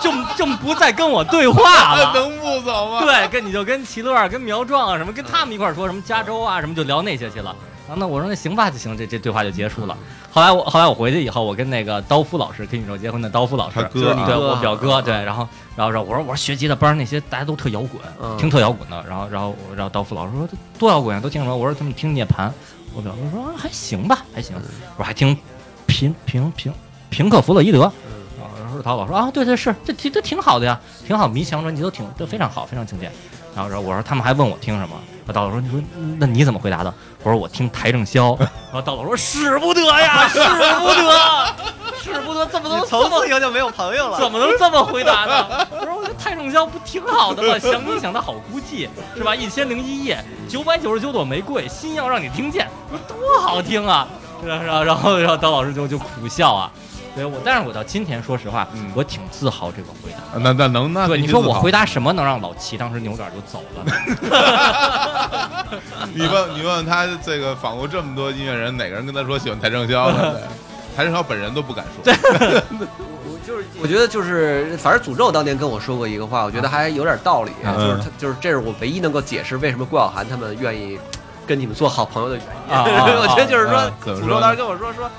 就就就不再跟我对话 [laughs]
那
了。
能不走吗？
啊对，跟你就跟齐乐、跟苗壮啊什么，跟他们一块儿说什么加州啊什么，就聊那些去了。然后那我说那行吧就行，这这对话就结束了。后来我后来我回去以后，我跟那个刀夫老师，跟宇宙结婚的刀夫老师
他，哥啊
对
哥
我
啊
表哥，对，然后然后然后我说我说学吉他班儿那些大家都特摇滚，
嗯
听特摇滚的，然后然后然后刀夫老师说多摇滚啊，都听什么？我说他们听涅槃，我表哥说啊还行吧，还行，我说还听平平平平克弗洛伊德。
嗯
啊，然后陶老说啊，对对是，这挺这挺好的呀，挺好，迷墙专辑都挺都非常好，非常经典。然后然后我说他们还问我听什么，然后道老说你说那你怎么回答的？我说我听邰
[laughs]
正宵。然后道老说使不得呀，使不得，使不得，怎么能
你
这么
从此以后就没有朋友了。
怎么能这么回答呢？我说我这邰正宵不挺好的吗？想你想的好孤寂，是吧？一千零一夜，九百九十九朵玫瑰，心要让你听见，我说多好听啊！然后然后然后刀老师就就苦笑啊。对我，但是我到今天说实话，
嗯
我挺自豪这个回答。
啊那那能那
对，
必
你
须
说
自
我
豪
回答什么能让老齐当时扭脸就走
[laughs]
了？
你问你问他这个访过这么多音乐人，哪个人跟他说喜欢邰正宵
嗯
的？对邰正宵本人都不敢说，
我就是我觉得就是，反正诅咒当年跟我说过一个话，我觉得还有点道理，
嗯
就是他就是这是我唯一能够解释为什么郭晓涵他们愿意跟你们做好朋友的原因。
啊啊啊
[laughs] 我觉得就是说
啊，怎么
诅
说
咒
呢
当时跟我说说。哦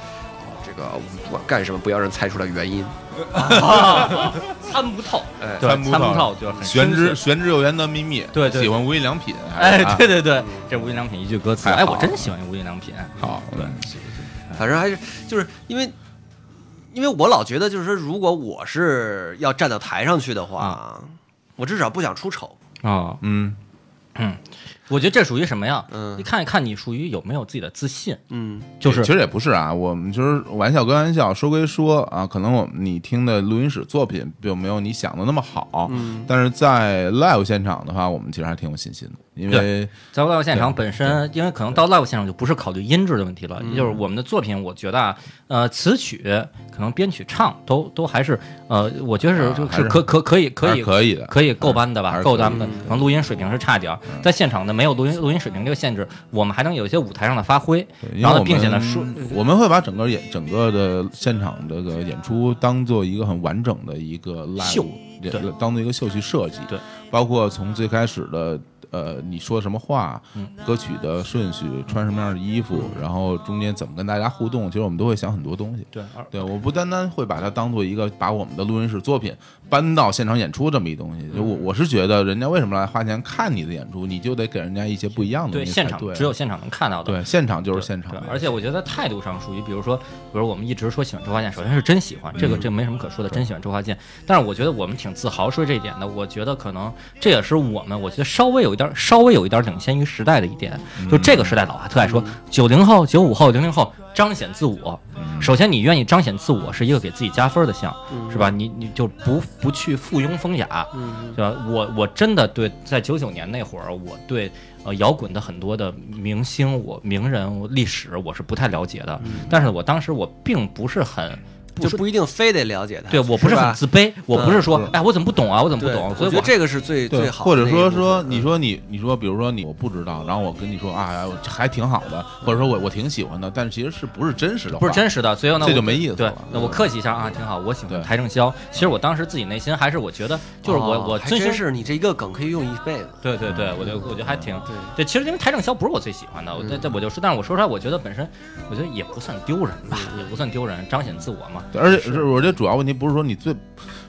这个我们不管干什么，不要让人猜出来原因。
啊参不透，
哎，
对，
参不
参不
透
透，就是很
玄
深
之
邃
玄之又源的秘密，
对对
喜欢无印良品，还
哎
是，啊
对对对，这无印良品一句歌词，
太
哎，
好
我真
了
喜欢无印良品。
好，对，
反正还是就是因为，因为我老觉得就是说，如果我是要站到台上去的话，我至少不想出丑。
啊，
嗯，
我觉得这属于什么呀？
嗯
你看一看你属于有没有自己的自信，
嗯，
就是
其实也不是啊，我们就是玩笑归玩笑，说归说啊，可能我们你听的录音室作品并没有你想的那么好，
嗯
但是在 live 现场的话，我们其实还挺有信心的，因为
在 live 现场
对
本身，因为可能到 live 现场就不是考虑音质的问题了，就是我们的作品，我觉得啊，呃，词曲可能编曲唱都都还是呃，我觉得
啊
是就
还
是
是
可可可以可
还
以
是可以的，
可以够班的
还
吧，
是
够咱们的
可以的，嗯
可能录音水平是差点儿，在现场的呢没有录音录音水平这个限制，我们还能有一些舞台上的发挥，
对因为
然
我
后
们
呢并且呢说。
我们会把整个演整个的现场这个演出当做一个很完整的一个 live，
秀
也
对
当做一个秀去设计，
对，
包括从最开始的呃你说什么话，
嗯
歌曲的顺序，穿什么样的衣服，然后中间怎么跟大家互动，其实我们都会想很多东西。
对，而
对，我不单单会把它当做一个把我们的录音室作品搬到现场演出这么一东西，就我
嗯
我是觉得人家为什么来花钱看你的演出，你就得给人家一些不一样的
对
东西才
现
对，
场只有现场能看到的。
对现场就
对，
是现场啊
对，而且我觉得态度上属于，比如说，比如我们一直说喜欢周华健，首先是真喜欢，
嗯
这个这个没什么可说的，真喜欢周华健。但是我觉得我们挺自豪说这一点的。我觉得可能这也是我们，我觉得稍微有一点，稍微有一点领先于时代的一点。
嗯
就这个时代老啊还特爱说九零后、九五后、零零后彰显自我。
嗯
首先，你愿意彰显自我是一个给自己加分的项，是吧？你你就不不去附庸风雅，
嗯
对吧？我我真的对，在九九年那会儿，我对呃摇滚的很多的明星、我名人、我历史我是不太了解的，
嗯
但是我当时我并不是很。
就
说
不一定非得了解他。
对我
是
不是
吧
很自卑，我不是说
嗯，
哎，我怎么不懂啊，我怎么
对
不懂？所
我觉
以
得这个是最
对，
最好的
或者
那一部
说
分。
说，你
嗯
说你你说，比如说你我不知道，然后我跟你说啊，哎我还挺好的，或者说我我挺喜欢的，但是其实是不是真实的话？
不是真实的，所以呢，
这
我
就没意思
对
了，
那我客气
嗯
一下啊，挺好。我喜欢
对
邰正宵，其实我当时自己内心还是我觉得，就是我
哦
我
还
遵
真
循
是你这一个梗可以用一辈子。
对对对，我觉得我觉得还挺
对嗯
对。其实因为邰正宵不是我最喜欢的，我这这我就说，但是我说出来，我觉得本身我觉得也不算丢人吧，
嗯
也不算丢人，彰显自我嘛。
对，而且是我觉得主要问题不是说你最，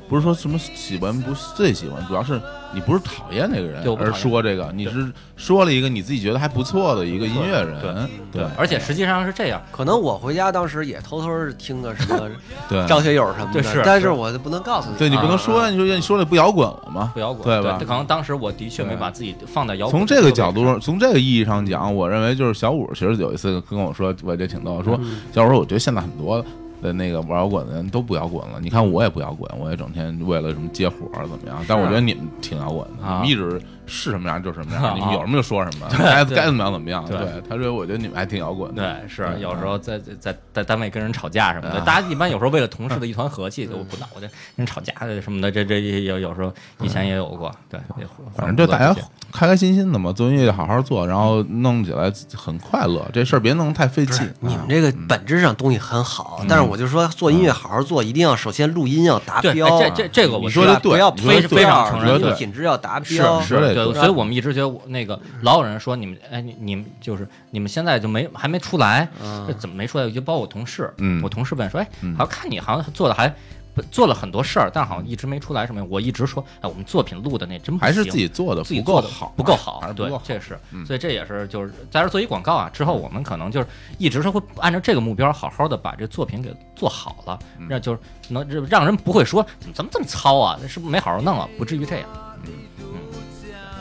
不是说什么喜欢不是最喜欢，主要是你不是讨厌这个人
对我，不讨
而
厌
说这个你是说了一个你自己觉得还不错的一个音乐人，对
而且实际上是这样，
可能我回家当时也偷偷儿听个什么
对
张学友什么的，
[laughs] 对是
但
是
是我就不能告诉你。啊
对，你不能说你说你说了不摇滚了吗？
不摇滚，
对
对
吧？
可能当时我的确没把自己放在摇滚。
从这个角度，上，从这个意义上讲，我认为就是小五其实有一次跟我说，我觉得挺逗，说
嗯
小五说，我觉得现在很多的那个玩摇滚的人都不摇滚了。你看我也不摇滚，我也整天为了什么接活儿怎么样？但我觉得你们挺摇滚的，
啊
你们一直是什么样就是什么
啊 [laughs]
样，你们有什么就说什么，该
对
该怎么样怎么样。
对
对，他说我觉得你们还挺摇滚的。
对，是
嗯
有时候在在在在单位跟人吵架什么的，
啊
大家一般有时候为了同事的一团和
[laughs]
气，
嗯
就不闹我这人吵架什么的，这这这有有时候以前也有过，对，也
嗯反正就大家开开心心的嘛，做音乐就好好做，然后弄起来很快乐。这事儿别弄太费劲。
你
啊
们这个
嗯
本质上东西很好，但是我就说做音乐好好做，一定要首先录音要达
对，
标，啊
哎这这这个我
你
知
说
道
的对，
不要
你说得
非
对
非常承认
你
音乐
说得对
品质要达
是
标。
是对
对，
对
所以我们一直觉得我那个老有人说你们，哎，你你们就是你们现在就没还没出来，这怎么没出来？就包括我同事，
嗯
我同事问说，哎，好像看你好像做的还不做了很多事儿，但好像一直没出来什么。我一直说，哎，我们作品录的那真不
还是
行
自己做的
自己
呃不够
做的
好，
不够好
还是，不
对
够，好。嗯
这是，所以这也是就是在这儿做一广告啊。之后我们可能就是一直是会按照这个目标，好好的把这作品给做好了，
嗯
让就是能让人不会说怎么怎么这么糙啊，是不是没好好弄啊？不至于这样。嗯，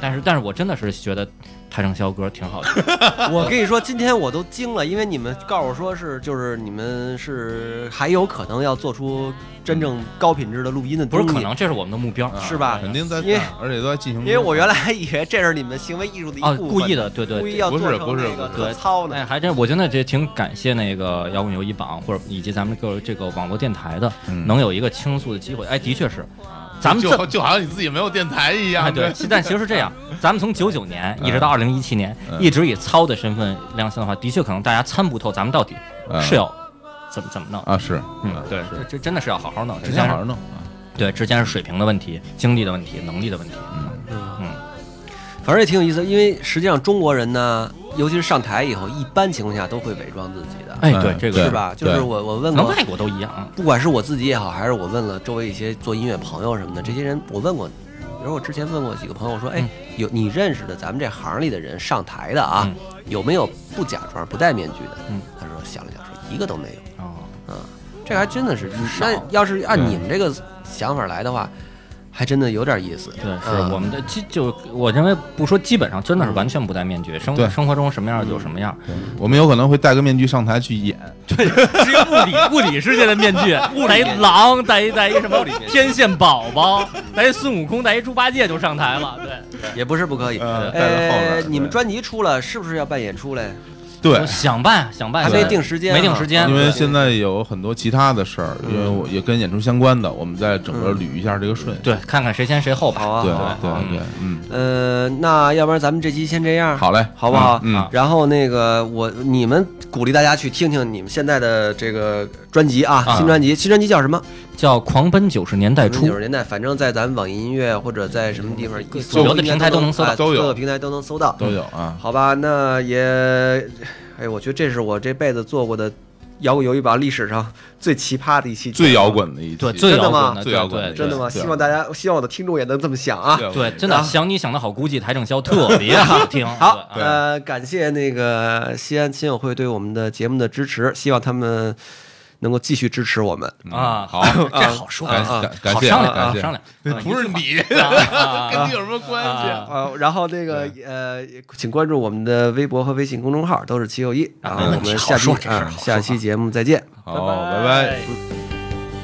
但是但是我真的是觉得邰正宵歌挺好的，
我跟你说，今天我都惊了，因为你们告诉我说是就是你们是还有可能要做出真正高品质的录音的
不
东
是
西，
可能，这是我们的目标，
[laughs] 是吧
肯定在
因为
干，而且都在进行
因
中。
为我原来还以为这是你们行为艺术的一部
啊，
分，
故意的，对对，
故意
对
要
不
做
是
成
不是
那个
不
是
可操呢
哎，。还真，我真的这挺感谢那个摇滚游一榜，或者以及咱们各这个网络电台的，
嗯啊
能有一个倾诉的机会。哎，的确是，咱们这
就就好像你自己没有电台一
哎，
样，
对，其但其实是这样，咱们从九九年一直到二零一七年，
嗯
一直以糙的身份亮相的话，的确可能大家参不透咱们到底
嗯
是要怎么怎么弄。
啊是，
嗯，对，这这真的是要好好弄。之
人家
前
好
是
好弄啊，
对，之前是水平的问题、精力的问题、能力的问题。
反正也挺有意思，因为实际上中国人呢，尤其是上台以后，一般情况下都会伪装自己的，
哎，
嗯
对，这个
是吧？
对
就是我我问
可能
过，
外国都一样啊。
不管是我自己也好，还是我问了周围一些做音乐朋友什么的，这些人我问过，比如我之前问过几个朋友，我说，哎
嗯，
有你认识的咱们这行里的人上台的啊，有没有不假装不戴面具的？
嗯
他说想了想说一个都没有
哦，
啊，这个还真的是，那要是
嗯
按你们这个想法来的话，还真的有点意思。
对，
啊
是我们的基就我认为不说基本上真的是完全不戴面具，生
对
生活中什么样就什么样。
我们有可能会戴个面具上台去演，
对，是一个物理物理世界的面具，戴一狼，戴一戴一什么天线宝宝，戴一孙悟空，戴一猪八戒就上台了。对，
也不是不可以。
呃戴在后面
呃
儿，对
你们专辑出了，是不是要办演出嘞？
对
我，想办想办，
还没定时间啊
没定时间，
因为
对嗯
现在有很多其他的事儿，因为我也跟演出相关的，我们再整个捋一下这个顺序。
对，看看谁先谁后吧。
好啊，
对
好啊
对
嗯
对，嗯，
呃，那要不然咱们这期先这样，
好嘞，
好不好？
嗯，嗯
啊
然后那个我你们鼓励大家去听听你们现在的这个专辑啊，
啊
新专辑，新专辑叫什么？
叫《狂奔九十年代初
九》十，年代，反正在咱们网易音乐或者在什么地方，一搜
主流的平台都能搜到
哎所
都
有
有
的平台都能搜到。
都有啊，
好吧，那也，哎，我觉得这是我这辈子做过的摇滚游戏榜历史上最奇葩的一期节目，
最摇滚的一期
对，
真
最
的
摇
吗
滚的，
最
对
摇滚
对
的
啊
真的吗？
对
希望大家，希望我的听众也能这么想啊。
最摇滚
对，真的
啊
想你想的好，估计台正宵特别好听。
好，
对啊
呃，感谢那个西安亲友会对我们的节目的支持，希望他们能够继续支持我们。
嗯
啊
好，
这好说
感
啊，
感感
好
谢
商
啊
量
感
好
谢，
商量，
不是你，
啊
跟你有什么关系？
啊，
呃，然后那个呃，请关注我们的微博和微信公众号，都是七六一。然后我们下期
啊好说这事儿
啊
好说
下期节目再见。
好，拜拜。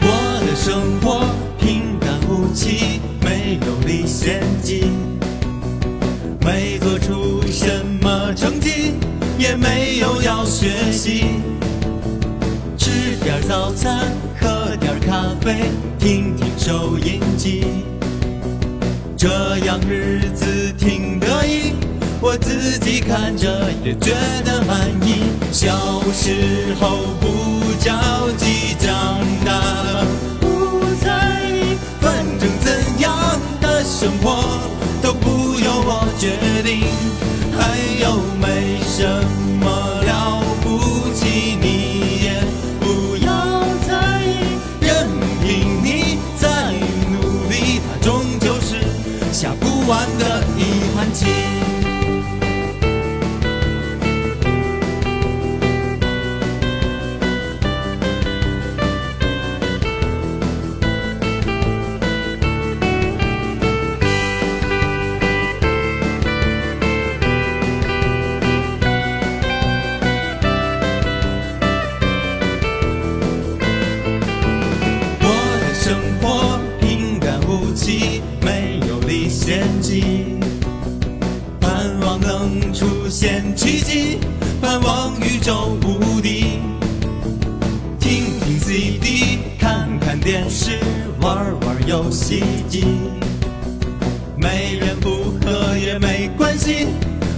我的生活平淡无奇，没有历险记，没做出什么成绩，也没有要学习。吃点早餐，喝点咖啡，听听收音机，这样日子挺得意。我自己看着也觉得满意。小时候不着急，长大了不在意，反正怎样的生活都不由我决定。还有没什么了不起？你也不要在意，任凭你再努力，它终究是下不完的一盘棋。我的生活平淡无奇，没有历险记，盼望能出现奇迹，盼望宇宙无敌。听听 CD，看看电视，玩玩游戏机，没人不喝也没关系。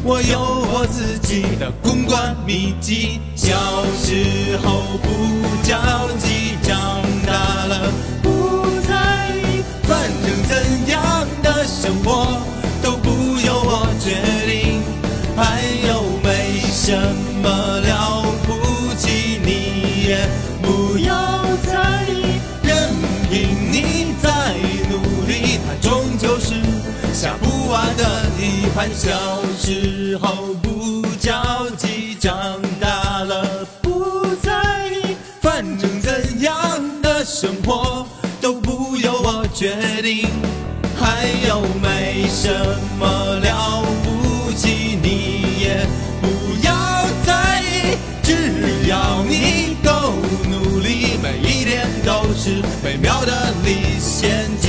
我有我自己的公关秘籍。小时候不着急，长大了不在意，反正怎样的生活都不由我决定。还有没什么了不起，你也不要在意，任凭你再努力，它终究是下不完的一盘。小时候不着急，长大了不在意，反正怎样的生活都不由我决定。还有没什么了不起，你也不要在意，只要你够努力，每一天都是美妙的历险记。